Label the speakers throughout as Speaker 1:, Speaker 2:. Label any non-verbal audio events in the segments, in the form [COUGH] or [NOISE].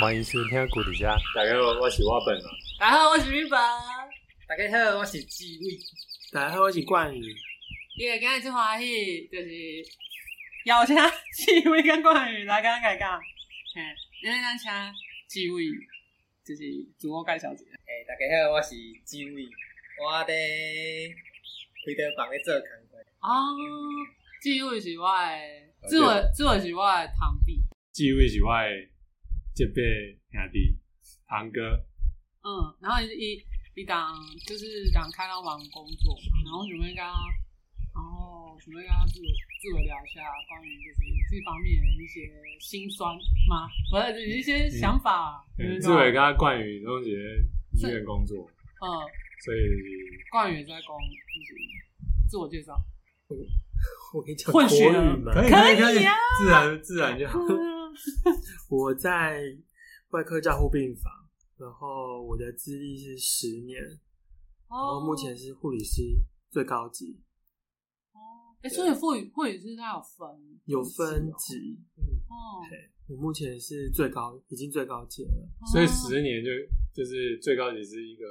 Speaker 1: 欢迎收听古迪家，
Speaker 2: 大家好，我是我本人。
Speaker 3: 大家好，我是米宝。
Speaker 4: 大家好，我是志伟。
Speaker 5: 大家好，我是冠宇。
Speaker 3: 因为今日真欢喜，就是邀请志伟跟冠宇来跟咱开讲。嘿，因为咱请志伟就是自我介绍一下。
Speaker 4: 诶、大家好，我是志伟，我伫开刀房咧做工课。
Speaker 3: 哦，志伟是我
Speaker 4: 哦
Speaker 3: 的，志伟志伟是我的堂弟。
Speaker 1: 这位是我的这辈兄弟堂哥，
Speaker 3: 嗯，然后一一档就是档开到忙工作嘛，然后准备跟他，然后准备跟他自我自我聊一下关于就是这方面的一些心酸嘛，不是就是一些想法。
Speaker 1: 嗯，
Speaker 3: 就是
Speaker 1: 志
Speaker 3: 说
Speaker 1: 伟跟他冠宇拢是在医院工作，
Speaker 3: 嗯，
Speaker 1: 所以就是
Speaker 3: 冠宇在讲就是自我介绍，
Speaker 5: 我跟你讲
Speaker 3: 混
Speaker 5: 国
Speaker 3: 血儿
Speaker 5: 语嘛，
Speaker 1: 可以
Speaker 3: 可以
Speaker 1: 可以
Speaker 3: 啊，
Speaker 1: 自然自然就
Speaker 5: 哦
Speaker 1: 好。
Speaker 5: 我在外科照护病房，然后我的资历是十年，然
Speaker 1: 哦
Speaker 5: 后目前是护理师最高级，
Speaker 3: 哦，哎，所以护理护理师他有分
Speaker 5: 有分级。嗯，
Speaker 3: 哦，
Speaker 5: 我目前是最高，已经最高阶了。
Speaker 3: 哦
Speaker 1: 所以十年就就是最高级是一个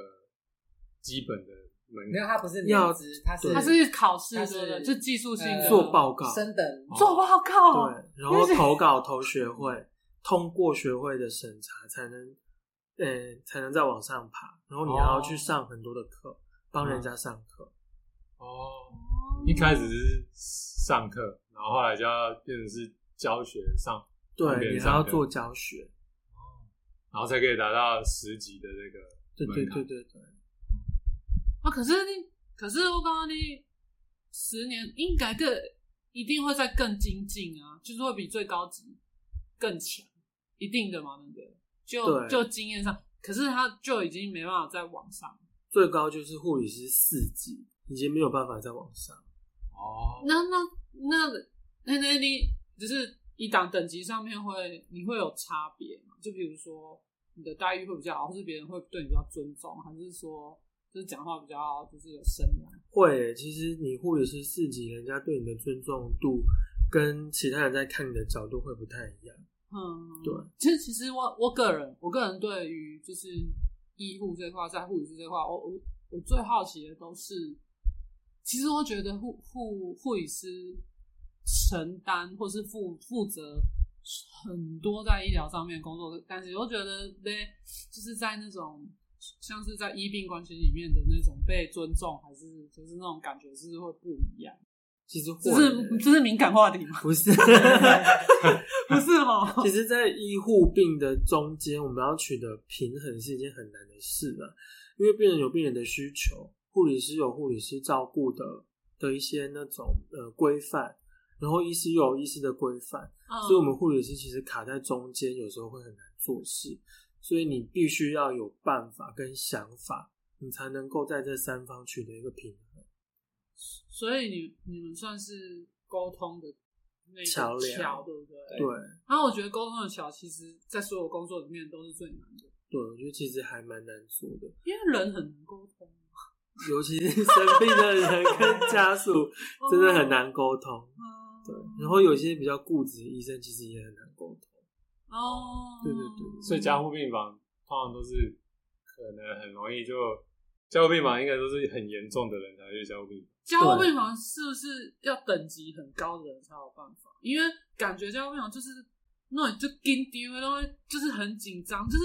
Speaker 1: 基本的门
Speaker 4: 没
Speaker 1: 槛，
Speaker 4: 有，他不是
Speaker 5: 要
Speaker 4: 年资，他是
Speaker 3: 他是考试
Speaker 4: 他
Speaker 3: 的，
Speaker 4: 是
Speaker 3: 就技术性的
Speaker 4: 呃
Speaker 5: 做报
Speaker 3: 啊
Speaker 5: 告
Speaker 4: 升等
Speaker 3: 做报告，
Speaker 5: 对，然后投稿投学会，通过学会的审查才能，呃、才能再往上爬。然后你还要去上很多的课，帮人家上课。
Speaker 1: 哦。一开始是上课，然后后来就要变成是教学上，帮别
Speaker 5: 对，
Speaker 1: 人
Speaker 5: 你还
Speaker 1: 上
Speaker 5: 要
Speaker 1: 课
Speaker 5: 做教学。
Speaker 1: 然后才可以达到十级的这个
Speaker 5: 对对
Speaker 1: 门槛
Speaker 5: 对对对。
Speaker 3: 啊，可是你，可是我刚刚你十年应该更一定会再更精进啊，就是会比最高级更强，一定的嘛，对不对？就
Speaker 5: 对
Speaker 3: 就经验上，可是他就已经没办法再往上了。
Speaker 5: 最高就是护理师四级，已经没有办法再往上。
Speaker 1: 哦。
Speaker 3: 那那那那那你只是一档等级上面会你会有差别吗？就比如说你的待遇会比较好，或是别人会对你比较尊重，还是说就是讲话比较就是有声量？
Speaker 5: 会耶，其实你护理师四级，人家对你的尊重度跟其他人在看你的角度会不太一样。
Speaker 3: 嗯，
Speaker 5: 对。
Speaker 3: 其实，其实我我个人，我个人对于就是医护这块，在护理师这块，我我我最好奇的都是，其实我觉得护护护理师承担或是负负责很多在医疗上面的工作，但是我觉得嘞，就是在那种。像是在医病关系里面的那种被尊重，还是就是那种感觉是会不一样，
Speaker 5: 其实会
Speaker 3: 这
Speaker 5: 耶
Speaker 3: 是 [LAUGHS] 这是敏感话题吗？
Speaker 5: [LAUGHS] 不是？
Speaker 3: 不是哦，
Speaker 5: 其实，在医护病的中间，我们要取得平衡是一件很难的事了，因为病人有病人的需求，护理师有护理师照顾的的一些那种呃规范，然后医师又有医师的规范，
Speaker 3: 嗯
Speaker 5: 所以我们护理师其实卡在中间，有时候会很难做事，所以你必须要有办法跟想法，你才能够在这三方取得一个平衡。
Speaker 3: 所以你你们算是沟通的那个
Speaker 5: 桥梁
Speaker 3: 桥，对不对？
Speaker 5: 对
Speaker 3: 然后我觉得沟通的桥，其实在所有工作里面都是最难的，
Speaker 5: 对，我觉得其实还蛮难做的，
Speaker 3: 因为人很难沟通，啊
Speaker 5: 尤其是 [LAUGHS] 生病的人跟家属真的很难沟通。
Speaker 3: 哦。
Speaker 5: 对，然后有些比较固执的医生其实也很难沟通。
Speaker 3: 哦，
Speaker 5: 对对对
Speaker 1: 所以加护病房通常都是可能很容易就加护病房，应该都是很严重的人才去加护病房。
Speaker 3: 加护病房是不是要等级很高的人才有办法？因为感觉加护病房就是那种就紧张的东西，就是很紧张，就是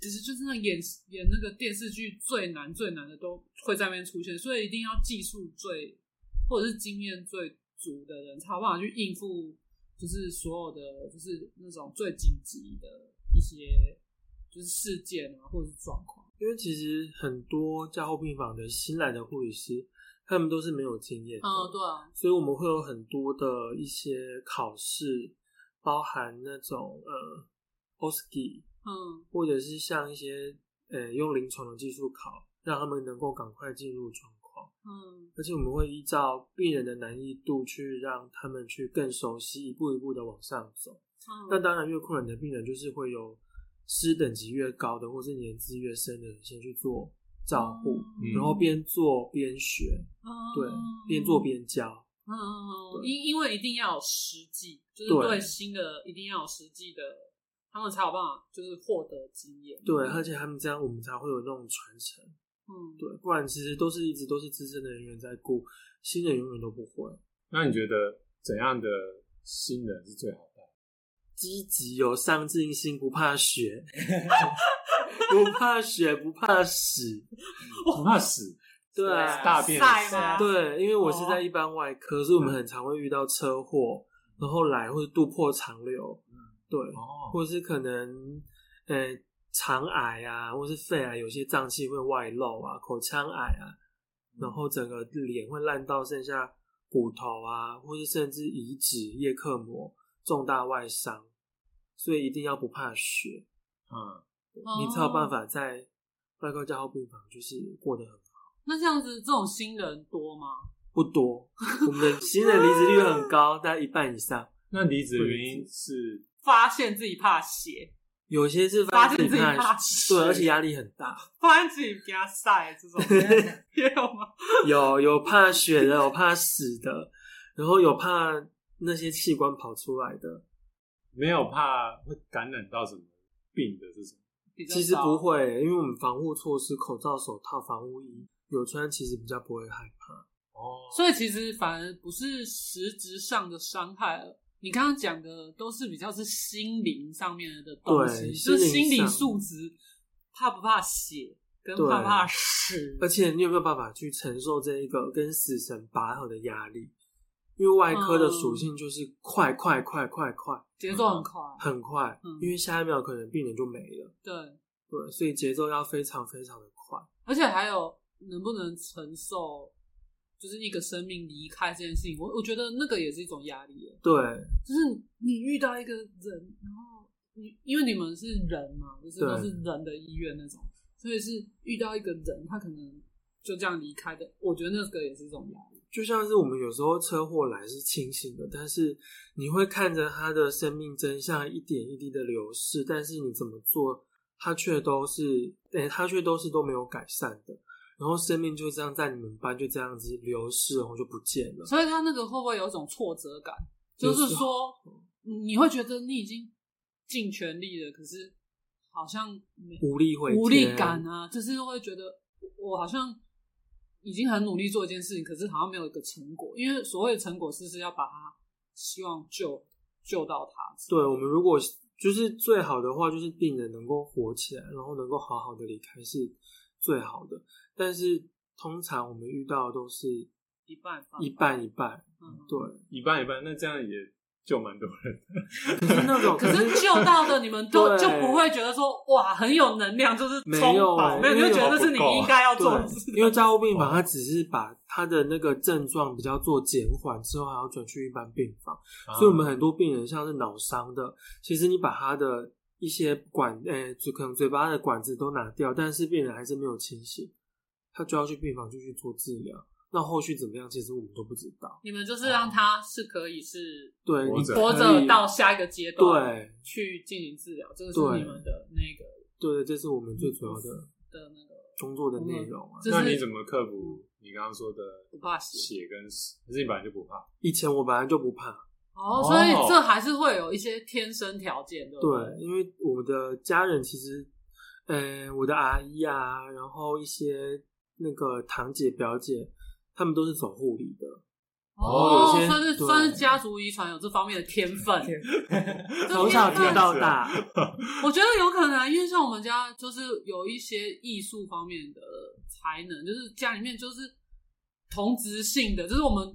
Speaker 3: 只是就是那演演那个电视剧最难最难的都会在那边出现，所以一定要技术最或者是经验最足的人才有办法去应付，就是所有的就是那种最紧急的一些就是事件啊或者是状况。
Speaker 5: 因为其实很多加护病房的新来的护理师，他们都是没有经验的，
Speaker 3: 嗯，对啊，
Speaker 5: 所以我们会有很多的一些考试，包含那种呃 OSCE，
Speaker 3: 嗯
Speaker 5: 或者是像一些呃用临床的技术考，让他们能够赶快进入状况。
Speaker 3: 嗯
Speaker 5: 而且我们会依照病人的难易度去让他们去更熟悉，一步一步的往上走。
Speaker 3: 嗯，
Speaker 5: 那当然，越困难的病人就是会有师等级越高的，或是年资越深的人先去做照护，
Speaker 1: 嗯
Speaker 5: 然后边做边学，对，边做边教。
Speaker 3: 嗯，
Speaker 5: 对
Speaker 3: 因因为一定要有实际，就是
Speaker 5: 对
Speaker 3: 对新的一定要有实际的，他们才有办法就是获得经验。
Speaker 5: 对，而且他们这样，我们才会有那种传承。
Speaker 3: 嗯，
Speaker 5: 对，不然其实都是一直都是资深的人员在顾，新人永远都不会。
Speaker 1: 那你觉得怎样的新人是最好的？
Speaker 5: 积极有上进心，不怕血， [LAUGHS] 不怕血，不怕屎。
Speaker 1: 不怕死，
Speaker 5: 对啊，
Speaker 1: 大便
Speaker 3: 晒
Speaker 4: 是啊
Speaker 3: 吗？
Speaker 5: 对，因为我是在一般外科，所以我们很常会遇到车祸，然后来或者渡破肠流，对，
Speaker 1: 哦，
Speaker 5: 或者是可能呃肠癌啊，或是肺癌，有些脏器会外露啊，口腔癌啊，然后整个脸会烂到剩下骨头啊，或是甚至移植、叶克膜、重大外伤，所以一定要不怕血，
Speaker 1: 嗯，
Speaker 5: 你才有办
Speaker 3: 法。
Speaker 5: 法在外科加护病房就是过得很好。
Speaker 3: 那这样子，这种新人多吗？
Speaker 5: 不多， [LAUGHS] 我们的新人离职率很高，大概一半以上。
Speaker 1: 那离职的原因是
Speaker 3: 发现自己怕血，
Speaker 5: 有些是
Speaker 3: 发
Speaker 5: 自
Speaker 3: 现自己
Speaker 5: 看，
Speaker 3: 怕血，
Speaker 5: 对，而且压力很大。
Speaker 3: 发现自己比他晒这
Speaker 5: [LAUGHS]
Speaker 3: 种，也有吗？
Speaker 5: 有有怕血的，有怕死的，然后有怕那些器官跑出来的。
Speaker 1: 没有怕会感染到什么病的这种。
Speaker 3: 比较
Speaker 5: 其实
Speaker 3: 少
Speaker 5: 不，会，因为我们防护措施，口罩、手套、防护衣有穿，其实比较不会害怕。
Speaker 1: 哦，
Speaker 3: 所以其实反而不是实质上的伤害了。你刚刚讲的都是比较是心灵上面的东西，
Speaker 5: 对
Speaker 3: 就是心
Speaker 5: 心灵
Speaker 3: 理
Speaker 5: 上
Speaker 3: 素质，怕不怕血，跟
Speaker 5: 对
Speaker 3: 怕不怕屎。
Speaker 5: 而且你有没有办法去承受这一个跟死神拔河的压力？因为外科
Speaker 3: 嗯
Speaker 5: 的属性就是快快快快快，
Speaker 3: 节奏很快，
Speaker 5: 很快
Speaker 3: 嗯，
Speaker 5: 因为下一秒可能病人就没了。
Speaker 3: 对，
Speaker 5: 对，所以节奏要非常非常的快。
Speaker 3: 而且还有能不能承受，就是一个生命离开这件事情，我我觉得那个也是一种压力耶。
Speaker 5: 对
Speaker 3: 就是你遇到一个人，然后你因为你们是人嘛，就是
Speaker 5: 对
Speaker 3: 都是人的医院那种，所以是遇到一个人，他可能就这样离开的。我觉得那个也是一种压力。
Speaker 5: 就像是我们有时候车祸来是清醒的，但是你会看着他的生命真相一点一滴的流逝，但是你怎么做，他却都是，诶、他却都是都没有改善的。然后生命就这样在你们班就这样子流逝，然后就不见了。
Speaker 3: 所以他那个会不会有一种挫折感？
Speaker 5: 有
Speaker 3: 就
Speaker 5: 时候
Speaker 3: 是哦说，你会觉得你已经尽全力了，可是好像没
Speaker 5: 无力回天
Speaker 3: 无力感啊，就是会觉得我我好像已经很努力做一件事情，可是好像没有一个成果。因为所谓的成果是是要把他希望救救到他。
Speaker 5: 对我们如果就是最好的话，就是病人能够活起来，然后能够好好的离开是最好的。但是通常我们遇到的都是
Speaker 3: 一半放
Speaker 5: 一半一半，
Speaker 3: 嗯 [LAUGHS]
Speaker 5: 对。
Speaker 1: 一半一半，那这样也救蛮多人的。
Speaker 5: 可是那种
Speaker 3: 可是救到的你们都
Speaker 5: 对
Speaker 3: 就不会觉得说哇很有能量，就是
Speaker 5: 没
Speaker 3: 冲
Speaker 5: 有
Speaker 3: 吧没有，
Speaker 5: 因
Speaker 3: 你
Speaker 5: 为
Speaker 3: 会觉得
Speaker 1: 我
Speaker 3: 这是你
Speaker 1: 不够
Speaker 3: 应该要做的事
Speaker 5: 对，因为加护病房它只是把它的那个症状比较做减缓之后，还要转去一般病房。
Speaker 1: 啊
Speaker 5: 所以我们很多病人像是脑伤的，其实你把他的一些管，诶、就可能嘴巴的管子都拿掉，但是病人还是没有清醒，他就要去病房就去做治疗。那后续怎么样，其实我们都不知道。
Speaker 3: 你们就是让他是可以是
Speaker 5: 对，
Speaker 1: 活
Speaker 5: 你
Speaker 1: 着
Speaker 5: 可以
Speaker 3: 活着到下一个阶段，
Speaker 5: 对
Speaker 3: 去进行治疗，这个是
Speaker 5: 对
Speaker 3: 你们的那个
Speaker 5: 对对，这是我们最主要的
Speaker 3: 的那个
Speaker 5: 工作的内容啊。
Speaker 3: 就
Speaker 1: 那你
Speaker 3: 是
Speaker 1: 怎么克服你刚刚说的
Speaker 3: 不怕血
Speaker 1: 血跟屎？可是你本来就不怕，
Speaker 5: 以前我本来就不怕，
Speaker 1: 哦，
Speaker 3: 哦所以这还是会有一些天生条件，对不对？
Speaker 5: 对，因为我的家人其实，呃，我的阿姨啊，然后一些那个堂姐表姐，他们都是走护理的，
Speaker 1: 哦
Speaker 5: 有些
Speaker 3: 算是
Speaker 5: 对
Speaker 3: 算是家族遗传有这方面的天分，
Speaker 5: [LAUGHS]
Speaker 4: 天
Speaker 3: 这
Speaker 5: 从小
Speaker 3: 天分
Speaker 5: 听到
Speaker 3: [LAUGHS]
Speaker 5: 大，
Speaker 3: 我觉得有可能啊，因为像我们家就是有一些艺术方面的才能，就是家里面就是同质性的，就是我们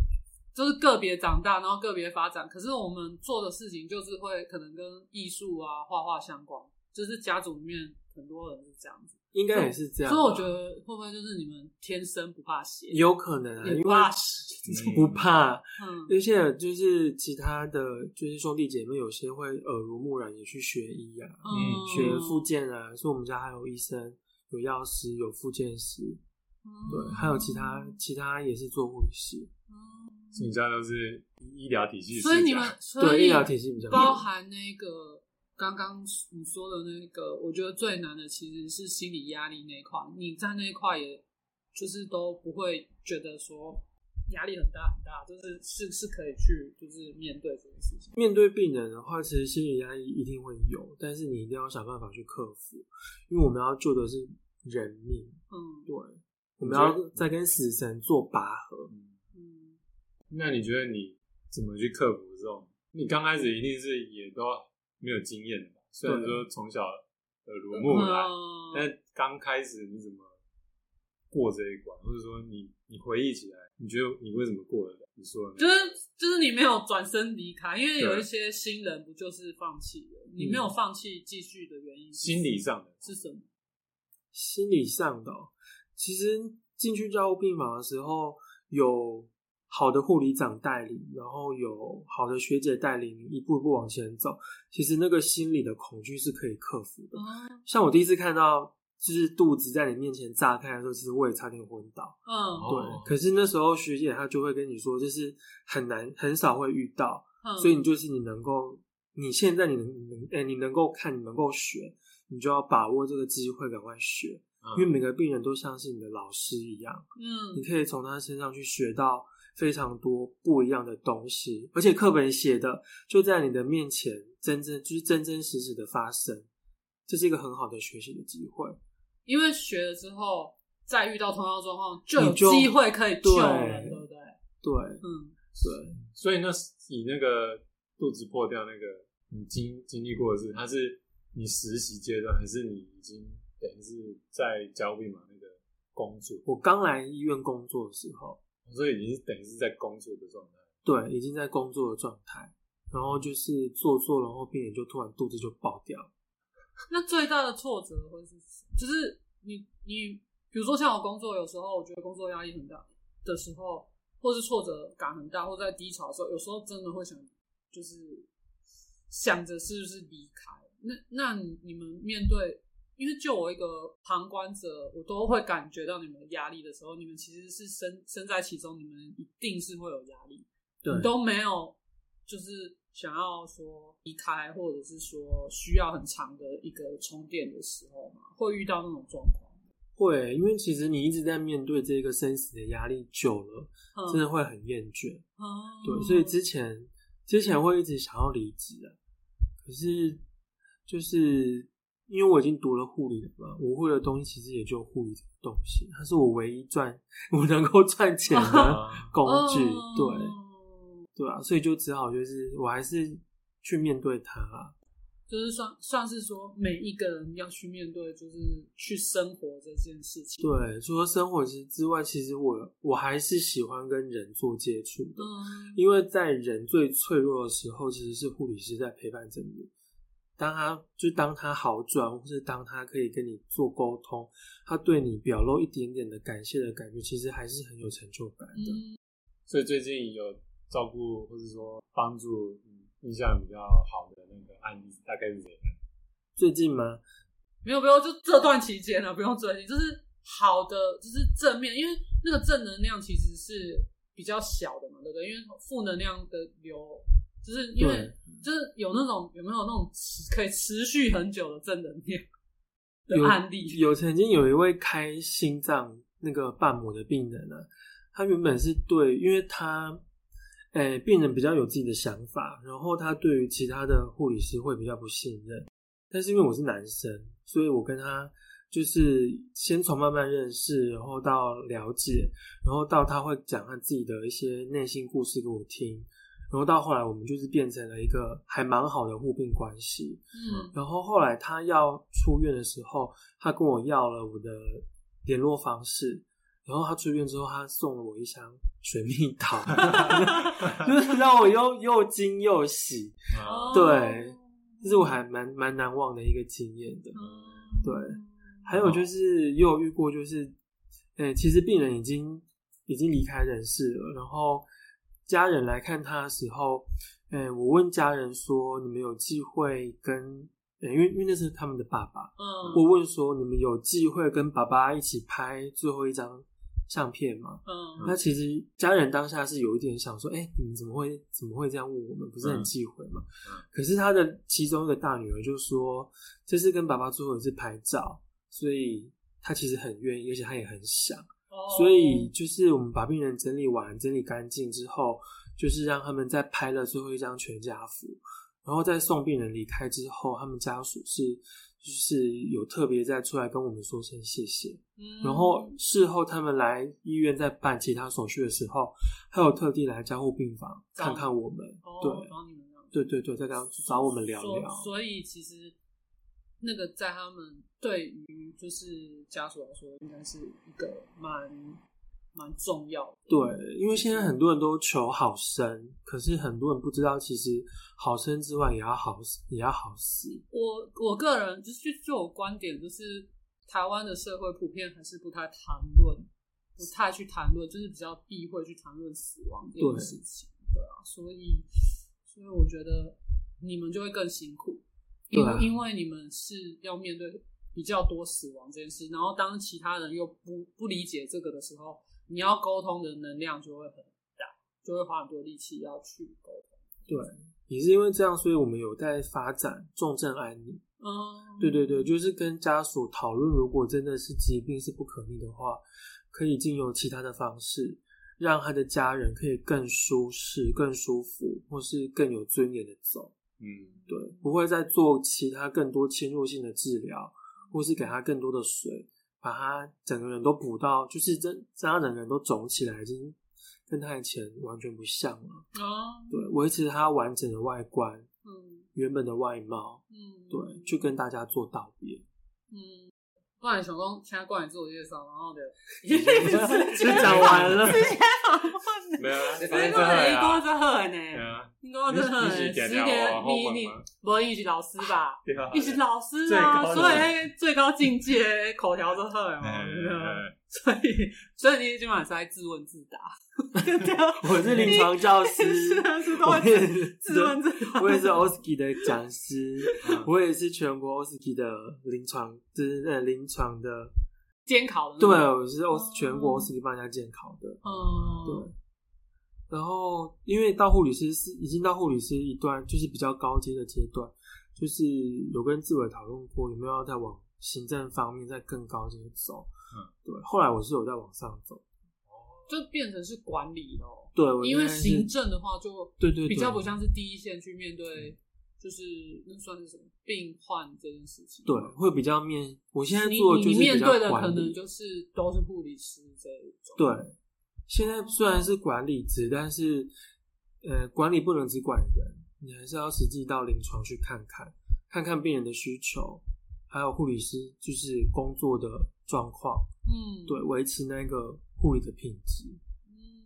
Speaker 3: 就是个别长大，然后个别发展。可是我们做的事情就是会可能跟艺术啊、画画相关，就是家族里面很多人是这样子，
Speaker 5: 应该也是这样吧。
Speaker 3: 所以我觉得会不会就是你们天生不怕血，
Speaker 5: 啊有可能啊，因
Speaker 3: 也
Speaker 5: 为
Speaker 3: 不怕死，
Speaker 5: 不怕，
Speaker 3: 嗯，
Speaker 5: 而且就是其他的，就是兄弟姐妹有些会耳濡目染，也去学医啊，
Speaker 1: 嗯
Speaker 5: 学复健啊，所以我们家还有医生。有药师，有复健师，
Speaker 3: 哦
Speaker 5: 对，还有其他其他也是做护理师，
Speaker 3: 嗯
Speaker 1: 所以你家都是医疗体系世家，
Speaker 3: 所以你们所
Speaker 5: 对，
Speaker 3: 以
Speaker 5: 医疗体系比较
Speaker 3: 包
Speaker 5: 多
Speaker 3: 含那个刚刚你说的那个，我觉得最难的其实是心理压力那一块。你在那一块，也就是都不会觉得说压力很大很大，就是是是可以去就是面对这件事情。
Speaker 5: 面对病人的话，其实心理压力一定会有，但是你一定要想办法去克服，因为我们要救的是人命，
Speaker 3: 嗯
Speaker 5: 对，我们要在跟死神做拔河。
Speaker 3: 嗯，
Speaker 1: 那你觉得你怎么去克服这种？你刚开始一定是也都没有经验的吧？虽然说从小耳濡目染，
Speaker 3: 啊嗯
Speaker 1: 但刚开始你怎么过这一关？或者说你你回忆起来，你觉得你为什么过得了？你说的
Speaker 3: 就
Speaker 1: 那
Speaker 3: 是
Speaker 1: 个
Speaker 3: 就是你没有转身离开，因为有
Speaker 1: 对
Speaker 3: 一些新人不就是放弃了？你没有
Speaker 5: 嗯
Speaker 3: 放弃继续的原因是什么，
Speaker 1: 心理上的，
Speaker 3: 是什么？
Speaker 5: 心理上的哦、其实进去照顾病房的时候，有好的护理长带领，然后有好的学姐带领，一步一步往前走。其实那个心理的恐惧是可以克服的。
Speaker 3: 嗯
Speaker 5: 像我第一次看到，就是肚子在你面前炸开的时候，其实我也差点昏倒。
Speaker 3: 嗯
Speaker 1: 哦
Speaker 5: 对，可是那时候学姐她就会跟你说，就是很难，很少会遇到，
Speaker 3: 嗯，
Speaker 5: 所以你就是你能够，你现在你能你能，哎、你能够看，你能够学，你就要把握这个机会，赶快学。因为每个病人都像是你的老师一样，你
Speaker 3: 嗯
Speaker 5: 可以从他身上去学到非常多不一样的东西，而且课本写的就在你的面前，真正就是真真实实的发生，这是一个很好的学习的机会。
Speaker 3: 因为学了之后，再遇到同样的状况，就有
Speaker 5: 你就
Speaker 3: 机会可以救人，
Speaker 5: 对
Speaker 3: 对不对？
Speaker 5: 对
Speaker 3: 嗯，
Speaker 5: 对，
Speaker 1: 所以那你那个肚子破掉那个，你经经历过的是，它是你实习阶段，还是你已经等于是在交病嘛那个工作，
Speaker 5: 我刚来医院工作的时候，
Speaker 1: 所以已经是等于是在工作的状态。
Speaker 5: 对，已经在工作的状态，然后就是做做，然后病人就突然肚子就爆掉。
Speaker 3: 那最大的挫折会是什么，就是你你，比如说像我工作，有时候我觉得工作压力很大的时候，或是挫折感很大，或在低潮的时候，有时候真的会想，就是想着是不是离开。那那你你们面对，因为就我一个旁观者，我都会感觉到你们的压力的时候，你们其实是身身在其中，你们一定是会有压力的。
Speaker 5: 对
Speaker 3: 你，都没有就是想要说离开，或者是说需要很长的一个充电的时候嘛，会遇到那种状况。
Speaker 5: 会，因为其实你一直在面对这个生死的压力久了，
Speaker 3: 嗯，
Speaker 5: 真的会很厌倦。
Speaker 3: 哦
Speaker 5: 对，所以之前之前会一直想要离职啊，可是就是因为我已经读了护理了嘛，我会的东西其实也就护理这个东西，它是我唯一赚我能够赚钱的
Speaker 1: 啊
Speaker 5: 工具，
Speaker 3: 哦
Speaker 5: 对对啊，所以就只好就是我还是去面对它啊，
Speaker 3: 就是算算是说每一个人要去面对，就是去生活这件事情。，
Speaker 5: 对，除了生活之之外，其实我我还是喜欢跟人做接触的，
Speaker 3: 嗯，
Speaker 5: 因为在人最脆弱的时候，其实是护理师在陪伴着你。当他就当他好转，或是当他可以跟你做沟通，他对你表露一点点的感谢的感觉，其实还是很有成就感的。
Speaker 3: 嗯
Speaker 1: 所以最近有照顾或者说帮助你印象比较好的那个案例，大概是怎样？
Speaker 5: 最近吗？
Speaker 3: 没有没有，就这段期间啊呢，不用追星，就是好的，就是正面，因为那个正能量其实是比较小的嘛，对不对？因为负能量的流，就是因为
Speaker 5: 对
Speaker 3: 就是有那种有没有那种持可以持续很久的正能量
Speaker 5: 有
Speaker 3: 的案例？
Speaker 5: 有曾经有一位开心脏那个瓣膜的病人呢、啊他原本是对，因为他，诶、病人比较有自己的想法，然后他对于其他的护理师会比较不信任。但是因为我是男生，所以我跟他就是先从慢慢认识，然后到了解，然后到他会讲他自己的一些内心故事给我听，然后到后来我们就是变成了一个还蛮好的互病关系。
Speaker 3: 嗯
Speaker 5: 然后后来他要出院的时候，他跟我要了我的联络方式。然后他出院之后，他送了我一箱水蜜桃， [LAUGHS] 就是让我又又惊又喜，
Speaker 1: 啊
Speaker 5: 对这是我还蛮蛮难忘的一个经验的。
Speaker 3: 嗯
Speaker 5: 对还有就是也有遇过，就是，呃、其实病人已经已经离开人世了，然后家人来看他的时候，呃、我问家人说，你们有机会跟，呃因为因为那是他们的爸爸，
Speaker 3: 嗯
Speaker 5: 我问说：“你们有机会跟爸爸一起拍最后一张相片吗？”
Speaker 3: 嗯
Speaker 5: 那其实家人当下是有一点想说：“哎、你们怎么会怎么会这样问我们？不是很忌讳吗？”
Speaker 1: 嗯嗯
Speaker 5: 可是他的其中一个大女儿就说：“这是跟爸爸最后一次拍照，所以他其实很愿意，而且他也很想。
Speaker 3: 哦
Speaker 5: 所以就是我们把病人整理完、整理干净之后，就是让他们再拍了最后一张全家福，然后在送病人离开之后，他们家属是就是有特别再出来跟我们说声谢谢。
Speaker 3: 嗯
Speaker 5: 然后事后他们来医院在办其他手续的时候，还有特地来加护病房
Speaker 3: 找你
Speaker 5: 看看我们。
Speaker 3: 哦找你们这样
Speaker 5: 对对对对，再跟他找我们聊聊。
Speaker 3: 所所以其实那个在他们对于就是家属来说，应该是一个蛮蛮重要的。
Speaker 5: 对，因为现在很多人都求好生，可是很多人不知道，其实好生之外也要好死，也要好死。
Speaker 3: 我我个人就是就就我观点，就是台湾的社会普遍还是不太谈论，不太去谈论，就是比较避讳去谈论死亡这件
Speaker 5: 对
Speaker 3: 事情。对啊，所以所以我觉得你们就会更辛苦，因为、
Speaker 5: 对啊
Speaker 3: 因为你们是要面对比较多死亡这件事，然后当其他人又不不理解这个的时候，你要沟通的能量就会很大，就会花很多力气要去沟通。
Speaker 5: 也是因为这样，所以我们有在发展重症安宁。
Speaker 3: 嗯，
Speaker 5: 对对对，就是跟家属讨论，如果真的是疾病是不可逆的话，可以经由其他的方式，让他的家人可以更舒适、更舒服，或是更有尊严的走。
Speaker 1: 嗯，
Speaker 5: 对，不会再做其他更多侵入性的治疗，或是给他更多的水，把他整个人都补到，就是这让他整个人都肿起来，已经跟他以前完全不像了。
Speaker 3: 啊，
Speaker 5: 对，维持他完整的外观、
Speaker 3: 嗯
Speaker 5: 原本的外貌，
Speaker 3: 嗯，
Speaker 5: 对，就跟大家做道别。
Speaker 3: 嗯，不然想说现在过来自我介绍，然
Speaker 5: [LAUGHS]
Speaker 3: 后的，
Speaker 5: 就讲完了，
Speaker 1: 没有啊，
Speaker 4: 你
Speaker 1: 反正
Speaker 4: 你
Speaker 1: 这会啊，
Speaker 3: 这喝
Speaker 1: 对
Speaker 3: 呢，
Speaker 1: 啊，
Speaker 3: 你讲这喝呢，
Speaker 1: 你
Speaker 3: 十
Speaker 1: 你是
Speaker 3: 点
Speaker 1: 常常
Speaker 5: 啊
Speaker 3: 你
Speaker 1: 往后
Speaker 3: 你
Speaker 1: 门吗，
Speaker 3: 不会是老师
Speaker 5: [LAUGHS]
Speaker 3: 吧？
Speaker 1: 对啊，
Speaker 3: 你是老师
Speaker 1: 最
Speaker 3: 啊
Speaker 1: 高，的
Speaker 3: 所以那个最高境界口条这喝
Speaker 5: [LAUGHS]
Speaker 3: 嘛，对啊
Speaker 1: 嗯
Speaker 3: 所以所以你今晚是在自问
Speaker 5: [LAUGHS]
Speaker 3: 自答，啊
Speaker 5: 我是临床教师，
Speaker 3: 是都
Speaker 5: 我
Speaker 3: 会
Speaker 5: 也
Speaker 3: 自
Speaker 5: 是
Speaker 3: 自问自答，
Speaker 5: 我也是 OSKI 的讲师
Speaker 1: 嗯，
Speaker 5: 我也是全国 OSKI 的临床，就是呃临床的，
Speaker 3: 监考的，
Speaker 5: 对，，啊我是
Speaker 3: 嗯
Speaker 5: O
Speaker 3: 哦
Speaker 5: 全国 OSKI 帮人家监考的，
Speaker 3: 嗯，
Speaker 5: 对。然后因为到护理师是已经到护理师一段，就是比较高阶的阶段，就是有跟志伟讨论过有没有要再往行政方面再更高阶走，
Speaker 1: 嗯，
Speaker 5: 对。后来我是有在往上走，
Speaker 3: 就变成是管理咯。
Speaker 5: 对，我
Speaker 3: 因为
Speaker 5: 应该是
Speaker 3: 行政的话就
Speaker 5: 对对对嗯
Speaker 3: 比较不像是第一线去面对，就是那算是什么病患这件事情。
Speaker 5: 对，会比较面。我现在
Speaker 3: 你
Speaker 5: 做的就
Speaker 3: 你
Speaker 5: 是
Speaker 3: 面
Speaker 5: 比较
Speaker 3: 对的
Speaker 5: 管
Speaker 3: 可能
Speaker 5: 理，
Speaker 3: 就是都是护理师这一种。
Speaker 5: 对。现在虽然是管理职，但是呃，管理不能只管人，你还是要实际到临床去看看，看看病人的需求，还有护理师就是工作的状况，
Speaker 3: 嗯，
Speaker 5: 对，维持那个护理的品质。
Speaker 3: 嗯，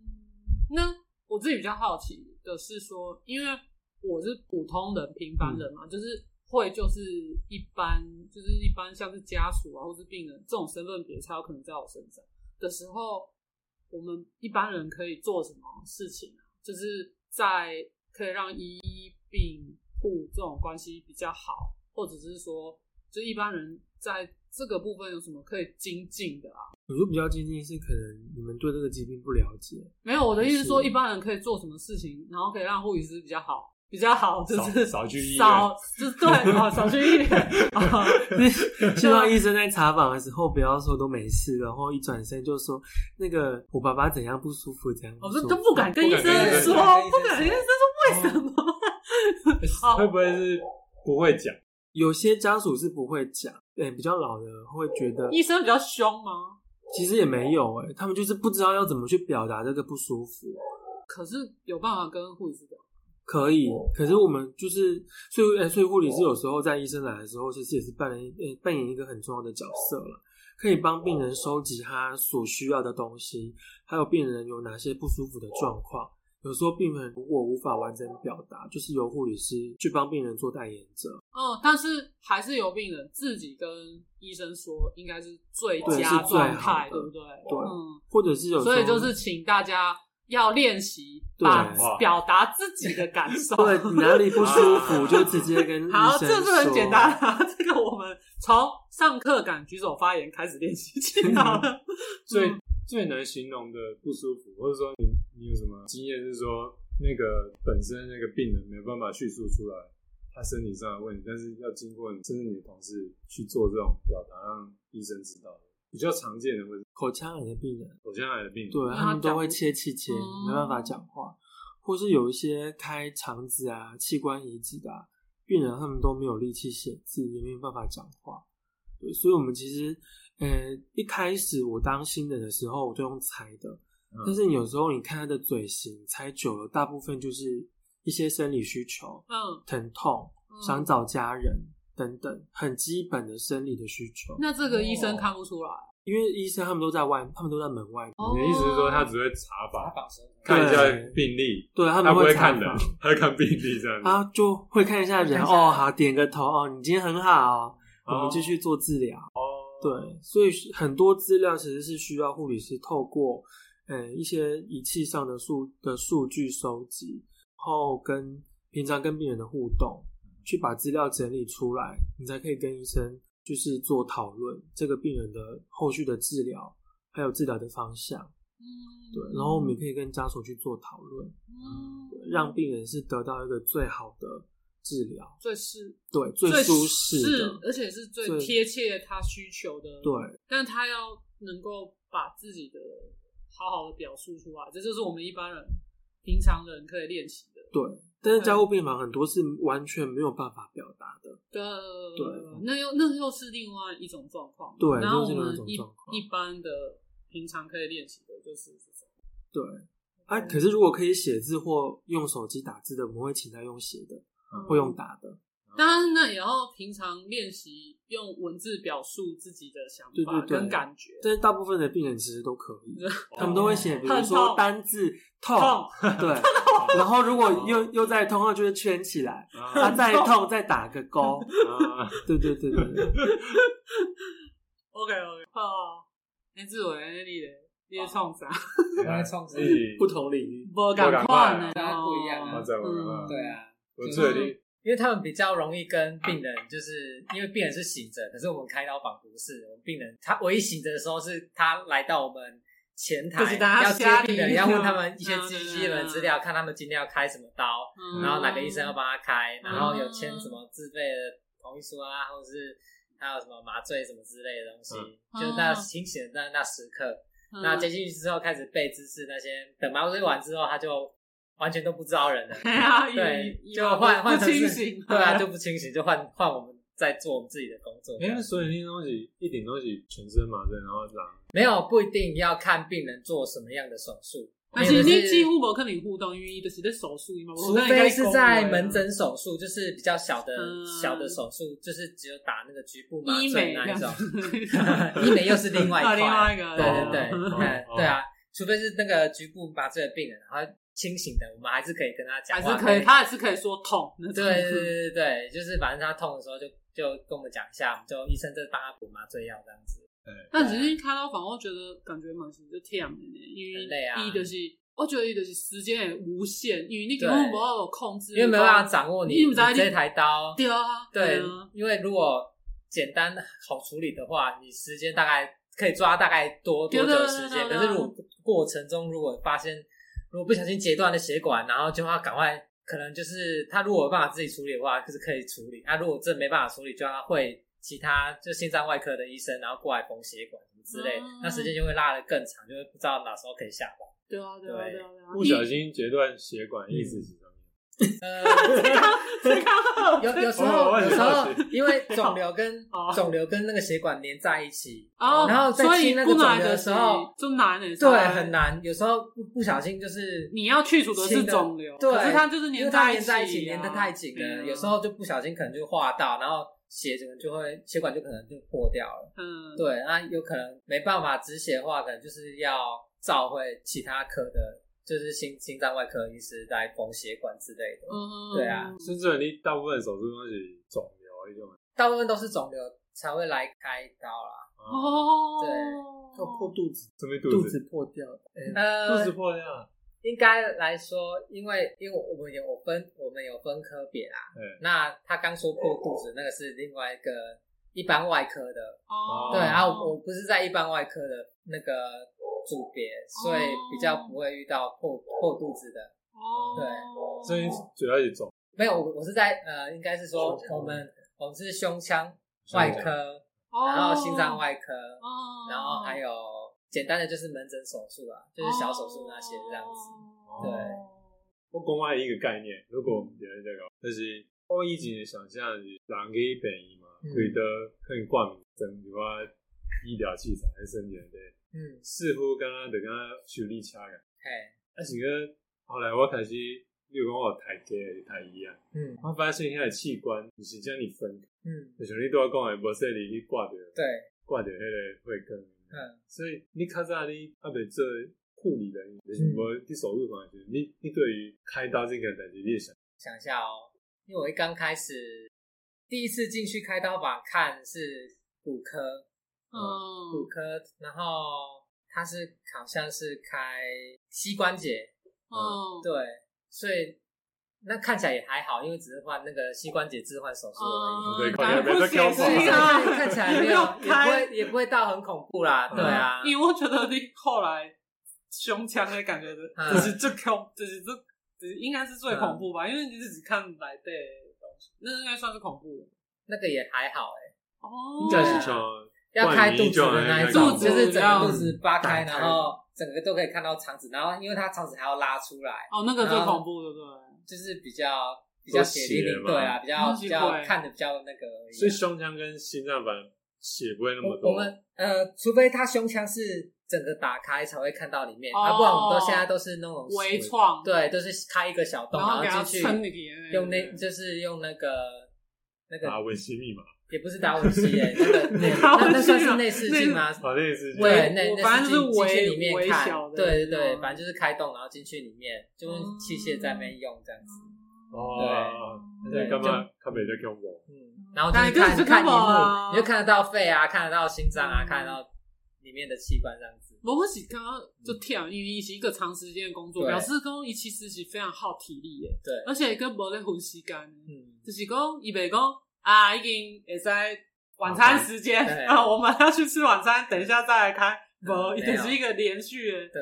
Speaker 3: 那我自己比较好奇的是说，因为我是普通人、平凡人嘛，就是会就是一般就是一般像是家属啊，或是病人这种身份别才有可能在我身上的时候，我们一般人可以做什么事情啊？就是在可以让医病护这种关系比较好，或者是说，就一般人在这个部分有什么可以精进的啊？
Speaker 5: 你说比较接近是可能你们对这个疾病不了解，
Speaker 3: 没有，我的意思是说，
Speaker 5: 是
Speaker 3: 一般人可以做什么事情，然后可以让护理师比较好，比较好，就是
Speaker 1: 少少去医院
Speaker 3: 少就是对啊，少去医院啊， [LAUGHS]
Speaker 5: 希望医生在查房的时候不要说都没事，然后一转身就说那个我爸爸怎样不舒服，怎样
Speaker 3: 我
Speaker 5: 舒
Speaker 3: 说
Speaker 5: 服
Speaker 3: 哦都不敢跟医生说，不
Speaker 4: 不
Speaker 3: 敢跟
Speaker 4: 敢跟
Speaker 3: 医生
Speaker 4: 医生
Speaker 3: 说为什么？哦
Speaker 1: 会不会是不会讲？
Speaker 5: 有些家属是不会讲，对，比较老的会觉得
Speaker 3: [LAUGHS] 医生比较凶吗？
Speaker 5: 其实也没有哎、他们就是不知道要怎么去表达这个不舒服。
Speaker 3: 可是有办法跟护理师讲，
Speaker 5: 可以，可是我们就是，所以，哎所以护理师有时候在医生来的时候，其实也是扮演、呃扮演一个很重要的角色了，可以帮病人收集他所需要的东西，还有病人有哪些不舒服的状况。有时候病人如果无法完整表达，就是由护理师去帮病人做代言者，
Speaker 3: 嗯，但是还是由病人自己跟医生说，应该是最
Speaker 5: 对
Speaker 3: 佳
Speaker 5: 是最
Speaker 3: 状
Speaker 5: 好
Speaker 3: 态，
Speaker 5: 的
Speaker 3: 对不对？
Speaker 5: 对
Speaker 3: 嗯。
Speaker 5: 或者是有时候
Speaker 3: 所以就是请大家要练习
Speaker 5: 对
Speaker 3: 把
Speaker 1: 哇
Speaker 3: 表达自己的感受。
Speaker 5: [LAUGHS] 对哪里不舒服
Speaker 3: [LAUGHS]
Speaker 1: 啊
Speaker 5: 就直接跟医生
Speaker 3: 好，这是很
Speaker 5: 说
Speaker 3: 简单啊， [LAUGHS] 这个我们从上课敢举手发言开始练习起好
Speaker 5: [LAUGHS]
Speaker 3: 了。
Speaker 1: 最最难形容的不舒服，或者说你你有什么经验是说那个本身那个病人没有办法叙述出来他身体上的问题，但是要经过你甚至你的同事去做这种表达，让医生知道的比较常见的会是
Speaker 5: 口腔癌的病人，
Speaker 1: 口腔癌的病人，
Speaker 5: 对
Speaker 3: 他
Speaker 5: 他们
Speaker 3: 讲
Speaker 5: 都
Speaker 3: 不
Speaker 5: 会切气切，
Speaker 3: 嗯
Speaker 5: 没办
Speaker 1: 哦
Speaker 5: 法讲话，或是有一些开肠子啊、器官移植的、啊、病人，他们都没有力气写字，也没有办法讲话。对，所以我们其实，呃，一开始我当新人的时候，我都用猜的，
Speaker 1: 嗯
Speaker 5: 但是有时候你看他的嘴型，猜久了，大部分就是一些生理需求，
Speaker 3: 嗯，
Speaker 5: 疼痛、
Speaker 3: 嗯
Speaker 5: 想找家人等等，很基本的生理的需求。
Speaker 3: 那这个医生看不出来。
Speaker 5: 因为医生他们都在外，他们都在门外，
Speaker 3: 哦
Speaker 1: 你的意思是说他只会查
Speaker 4: 打
Speaker 1: 房，
Speaker 4: 榜生活
Speaker 1: 看一下
Speaker 5: 对
Speaker 1: 病历，
Speaker 5: 对啊他
Speaker 1: 他
Speaker 5: 们
Speaker 1: 不会
Speaker 5: 查
Speaker 1: 看人
Speaker 5: 房，
Speaker 1: 他会看病历这样子。
Speaker 5: 啊，就会看一下人
Speaker 4: 看一下
Speaker 5: 哦，好，点个头哦，你今天很好，我
Speaker 1: 哦
Speaker 5: 们继续做治疗。
Speaker 1: 哦，
Speaker 5: 对，所以很多资料其实是需要护理师透过嗯一些仪器上的数的数据收集，然后跟平常跟病人的互动，去把资料整理出来，你才可以跟医生就是做讨论这个病人的后续的治疗，还有治疗的方向。
Speaker 3: 嗯，
Speaker 5: 对，然后我们也可以跟家属去做讨论，
Speaker 3: 嗯
Speaker 5: 让病人是得到一个最好的治疗，
Speaker 3: 最是
Speaker 5: 对，最舒适的。
Speaker 3: 而且是最
Speaker 5: 最
Speaker 3: 贴切他需求的。
Speaker 5: 对，
Speaker 3: 但他要能够把自己的好好的表述出来，这就是我们一般人、平常人可以练习的。
Speaker 5: 对，但是加护病房很多是完全没有办法表达的。
Speaker 3: 对，
Speaker 5: 对
Speaker 3: 那又那又是另外一种状况。
Speaker 5: 对
Speaker 3: 然后
Speaker 5: 又
Speaker 3: 我
Speaker 5: 是另外
Speaker 3: 们
Speaker 5: 一种
Speaker 3: 一
Speaker 5: 状况
Speaker 3: 一般的平常可以练习的就是这种。
Speaker 5: 对，啊，可是如果可以写字或用手机打字的，我们会请他用写的，或
Speaker 3: 嗯
Speaker 5: 用打的。
Speaker 3: 当然，那也要平常练习用文字表述自己的想
Speaker 5: 对
Speaker 3: 法
Speaker 5: 对对
Speaker 3: 跟感觉。
Speaker 5: 但是大部分的病人其实都可以，
Speaker 1: 哦
Speaker 5: 他们都会写，比如
Speaker 3: 很
Speaker 5: 说
Speaker 3: 痛
Speaker 5: 单字痛，
Speaker 3: 痛，
Speaker 5: 对，然后如果又又再痛，那就会圈起来，啊，
Speaker 1: 啊
Speaker 5: 再痛再打个勾，
Speaker 1: 啊
Speaker 5: 对对对对对。
Speaker 3: OK OK，好，你志伟，你嘞，你咧创
Speaker 4: [LAUGHS]
Speaker 3: 啥？
Speaker 4: 我来创新
Speaker 1: 哎
Speaker 5: 不同领域，
Speaker 3: 无
Speaker 1: 同
Speaker 3: 共款
Speaker 1: 款
Speaker 3: 呢，
Speaker 1: 啊
Speaker 4: 当然不一样
Speaker 3: 哦
Speaker 4: 啊
Speaker 1: 啊这样啊
Speaker 4: 对，啊，
Speaker 1: 我
Speaker 4: 就是
Speaker 1: 这
Speaker 4: [LAUGHS]
Speaker 1: 里
Speaker 4: 因为他们比较容易跟病人，就是因为病人是醒着，可是我们开刀房不是，我们病人他唯一醒着的时候是他来到我们前台
Speaker 3: 就是大家
Speaker 4: 要
Speaker 3: 瞎
Speaker 4: 接病人，
Speaker 3: 理
Speaker 4: 要问他们一些
Speaker 3: 嗯
Speaker 4: 基
Speaker 3: 对
Speaker 4: 基本资料，看他们今天要开什么刀，
Speaker 3: 嗯
Speaker 4: 然后哪个医生要帮他开，
Speaker 3: 嗯
Speaker 4: 然后有签什么自费的同意书啊，或者是还有什么麻醉什么之类的东西，
Speaker 3: 嗯
Speaker 4: 就是那清醒的那那时刻，
Speaker 3: 嗯
Speaker 4: 那接进去之后开始背知识那些，等麻醉完之后他就完全都不招人了，
Speaker 3: 哎 [LAUGHS] 呀，
Speaker 4: 对
Speaker 3: 以，为
Speaker 4: 就换换
Speaker 3: 不
Speaker 4: 成
Speaker 3: 清
Speaker 4: 是
Speaker 3: 醒，
Speaker 4: 对啊，就不清醒，就换换我们在做我们自己的工作。
Speaker 1: 哎，那所以那东西一顶东西全身麻醉，然后打
Speaker 4: 没有不一定要看病人做什么样的手术，
Speaker 3: [LAUGHS] 但
Speaker 4: 没
Speaker 3: 是
Speaker 4: 有就
Speaker 3: 你几乎无跟你互动，因为伊就是咧手术嘛，
Speaker 4: 除非是在门诊手术，就是比较小的、
Speaker 3: 啊嗯
Speaker 4: 小的手术，就是只有打那个局部麻
Speaker 3: 医
Speaker 4: 醉
Speaker 3: 美
Speaker 4: 那一种。
Speaker 3: 这样
Speaker 4: [LAUGHS] 医美又是另外一
Speaker 3: 啊
Speaker 4: 块，
Speaker 3: 另外一个
Speaker 4: 对对对，
Speaker 1: 哦
Speaker 4: 嗯
Speaker 1: 哦
Speaker 4: 对啊，除非是那个局部麻醉的病人，然后清醒的，我们还是可以跟他讲
Speaker 3: 还
Speaker 4: 话，
Speaker 3: 是可以，。他还是可以说痛，那种
Speaker 4: 对对对对对，就是反正他痛的时候就就跟我们讲一下，我们就医生就帮他补麻醉药这样子。
Speaker 3: 但只是开刀房，我觉得感觉蛮是就忝的呢，因为
Speaker 4: 很累啊
Speaker 3: 伊就是，我觉得伊就是时间也无限，因为你根本
Speaker 4: 对
Speaker 3: 无有控制，
Speaker 4: 因为没办法掌握
Speaker 3: 你
Speaker 4: 你
Speaker 3: 不知道你
Speaker 4: 这台刀，
Speaker 3: 对啊，
Speaker 4: 对
Speaker 3: 啊，
Speaker 4: 因为如果简单好处理的话，你时间大概可以抓大概多
Speaker 3: 对
Speaker 4: 多
Speaker 3: 啊
Speaker 4: 久的时间？
Speaker 3: 对啊对啊
Speaker 4: 可是如果过程中如果发现如果不小心截断了血管，然后就要赶快，可能就是他如果有办法自己处理的话，就是可以处理；啊，如果真没办法处理，就要会其他就心脏外科的医生，然后过来缝血管什么之类的
Speaker 3: 嗯，
Speaker 4: 那时间就会拉得更长，就会不知道哪时候可以下班。
Speaker 3: 对啊，对啊，
Speaker 4: 对
Speaker 3: 对啊，对啊
Speaker 1: 不小心截断血管，意识形状。
Speaker 5: 嗯
Speaker 3: [LAUGHS]
Speaker 4: 呃，
Speaker 3: 这个
Speaker 4: [LAUGHS] 有有时
Speaker 1: 哦
Speaker 4: 候
Speaker 1: 我也
Speaker 4: 有时
Speaker 1: 好
Speaker 4: 候
Speaker 1: 奇
Speaker 4: 因为肿瘤跟
Speaker 3: [LAUGHS] 哦
Speaker 4: 肿瘤跟那个血管连在一起，
Speaker 3: 哦，
Speaker 4: 然后在
Speaker 3: 所
Speaker 4: 清
Speaker 3: 以
Speaker 4: 那个
Speaker 3: 不
Speaker 4: 肿
Speaker 3: 难
Speaker 4: 瘤的时候，
Speaker 3: 就难的，
Speaker 4: 对，很。难。有时候不不小心就是
Speaker 3: 你要去除的是
Speaker 4: 清的
Speaker 3: 肿瘤，
Speaker 4: 对
Speaker 3: 可是它就是
Speaker 4: 因
Speaker 3: 粘
Speaker 4: 为它
Speaker 3: 一
Speaker 4: 连在一
Speaker 3: 起
Speaker 4: 起，
Speaker 3: 啊，
Speaker 4: 连得太紧
Speaker 3: 对啊
Speaker 4: 了，有时候就不小心可能就划到，然后血可能就会血管就可能就破掉了。
Speaker 3: 嗯，
Speaker 4: 对，那有可能没办法止血的话，可能就是要召回其他科的，就是心心脏外科医师来缝血管之类的。
Speaker 3: 嗯，
Speaker 4: 对啊
Speaker 1: 甚至你大部分手术东西肿瘤一种，
Speaker 4: 大部分都是肿瘤才会来开刀啦。
Speaker 1: 啊，
Speaker 3: 哦，
Speaker 4: 对
Speaker 5: 破肚子，
Speaker 1: 什么
Speaker 5: 肚
Speaker 1: 肚
Speaker 5: 子
Speaker 1: 子
Speaker 5: 破掉了，哎
Speaker 4: 呃，
Speaker 1: 肚子破掉，
Speaker 4: 应该来说，因为因为我们有分我们有分科别啦。
Speaker 1: 嗯
Speaker 4: 那他刚说破肚子那个是另外一个一般外科的，
Speaker 3: 哦，
Speaker 4: 对，然后我我不是在一般外科的那个组别，
Speaker 5: 哦
Speaker 4: 所以比较不会遇到破破肚子的。
Speaker 3: 哦，
Speaker 1: 所以主要是肿。
Speaker 4: 没有，我我是在呃，应该是说我们我们是胸腔外科，
Speaker 3: 哦，
Speaker 4: 然后心脏外科，
Speaker 3: 哦，
Speaker 4: 然后还有简单的就是门诊手术啊，就是小手术那些这样子。
Speaker 3: 哦
Speaker 4: 对
Speaker 1: 我讲我的一个概念，如果我们觉得这个，就是我以前的想象是人去病院嘛，
Speaker 4: 嗯
Speaker 1: 开刀看挂名针，对吧？医疗器材还是身体的，
Speaker 4: 嗯，
Speaker 1: 似乎刚刚就跟修理车个，
Speaker 4: 嘿，
Speaker 1: 但啊是个后来我开始，比如讲我有抬鸡还是抬医啊，
Speaker 4: 嗯
Speaker 1: 我发现遐个器官不是将你分开，
Speaker 4: 嗯，
Speaker 1: 就像你对我讲的，无说你去挂着
Speaker 4: 对，
Speaker 1: 挂着迄个会根，
Speaker 4: 嗯
Speaker 1: 所以你较早你阿袂做护理人员，就是无去手术房，就是你你对于开刀这个代志，你会想。
Speaker 4: 想一下哦，因为我一刚开始第一次进去开刀房看是骨科，骨
Speaker 3: 嗯
Speaker 4: 科，然后他是好像是开膝关节，
Speaker 3: 嗯，
Speaker 4: 对，所以那看起来也还好，因为只是换那个膝关节置换手术而已。
Speaker 1: 对
Speaker 3: 嗯，
Speaker 1: 快点别再挑
Speaker 3: 写
Speaker 1: 我
Speaker 3: [LAUGHS] 是
Speaker 4: 所以
Speaker 3: 啊，
Speaker 4: 看起来没有，也不
Speaker 3: 开嗯
Speaker 4: 会，也不会到很恐怖啦，对啊，
Speaker 3: 因为我觉得你后来胸腔的感觉的，
Speaker 4: 嗯
Speaker 3: 就是最恐，就是这，就是应该是最恐怖吧，因为你是只看来的东西，那应该算是恐怖的。
Speaker 4: 那个也还好哎，
Speaker 3: 哦，
Speaker 1: 应该是像
Speaker 4: 要开肚子的那一种，
Speaker 3: 肚子
Speaker 4: 就是整
Speaker 3: 要
Speaker 4: 个肚子扒开，
Speaker 5: 打开
Speaker 4: 然后整个都可以看到肠子，然后因为它肠子还要拉出来，
Speaker 3: 哦，那个最恐怖，对不对？
Speaker 4: 就是比较比较血淋淋，
Speaker 1: 多血嘛
Speaker 4: 对啊，比较
Speaker 3: 那是
Speaker 4: 比较
Speaker 3: 会
Speaker 4: 看的比较那个而已啊，
Speaker 1: 所以胸腔跟心脏反血不会那么
Speaker 4: 我我
Speaker 1: 多。
Speaker 4: 们呃，除非他胸腔是整个打开才会看到里面，
Speaker 3: 哦
Speaker 4: 啊，不然我们都现在都是那种
Speaker 3: 微，创，
Speaker 4: 对，都是开一个小洞，
Speaker 3: 然后给它
Speaker 4: 进
Speaker 3: 撑
Speaker 4: 去
Speaker 3: 你的眼泪
Speaker 4: 用那就是用那个那个
Speaker 1: 啊，维西密码，
Speaker 4: 也不是达文西耶，那
Speaker 3: [LAUGHS]
Speaker 4: 个那
Speaker 3: 达文西
Speaker 4: 那那算是
Speaker 3: 啊
Speaker 4: 内视镜吗？
Speaker 1: 啊，那是
Speaker 4: 对，
Speaker 3: 微
Speaker 4: 那
Speaker 3: 哎我
Speaker 4: 那
Speaker 3: 反
Speaker 4: 是
Speaker 3: 正
Speaker 4: 进
Speaker 3: 是
Speaker 4: 进去
Speaker 3: 微
Speaker 4: 里面
Speaker 3: 微
Speaker 4: 看
Speaker 3: 小，的
Speaker 4: 对对对，
Speaker 3: 嗯
Speaker 4: 反正就是开洞，然后进去里面，就用器械在那边用这样子，
Speaker 1: 哦，那
Speaker 4: 对
Speaker 1: 干
Speaker 4: 就
Speaker 1: 嘛？他没在跟我，
Speaker 4: 嗯，然后
Speaker 3: 感
Speaker 4: 就
Speaker 3: 觉就是
Speaker 4: 看看
Speaker 3: cover
Speaker 4: 荧幕，
Speaker 3: 啊
Speaker 4: 你就看得到肺啊，看得到心脏啊，
Speaker 3: 嗯
Speaker 4: 看得到里面的器官这样子。
Speaker 3: 我是刚刚就跳，因为伊是一个长时间的工作，
Speaker 4: 对
Speaker 3: 表示讲伊其实是非常耗体力的，
Speaker 4: 对，
Speaker 3: 而且跟无咧分时间的，
Speaker 4: 嗯，
Speaker 3: 就是讲伊袂讲啊，已经会使晚餐时间
Speaker 4: 嗯对
Speaker 3: 啊，我们要去吃晚餐，等一下再来开，无， [LAUGHS]
Speaker 4: 嗯
Speaker 3: 伊就是一个连续的
Speaker 4: 对。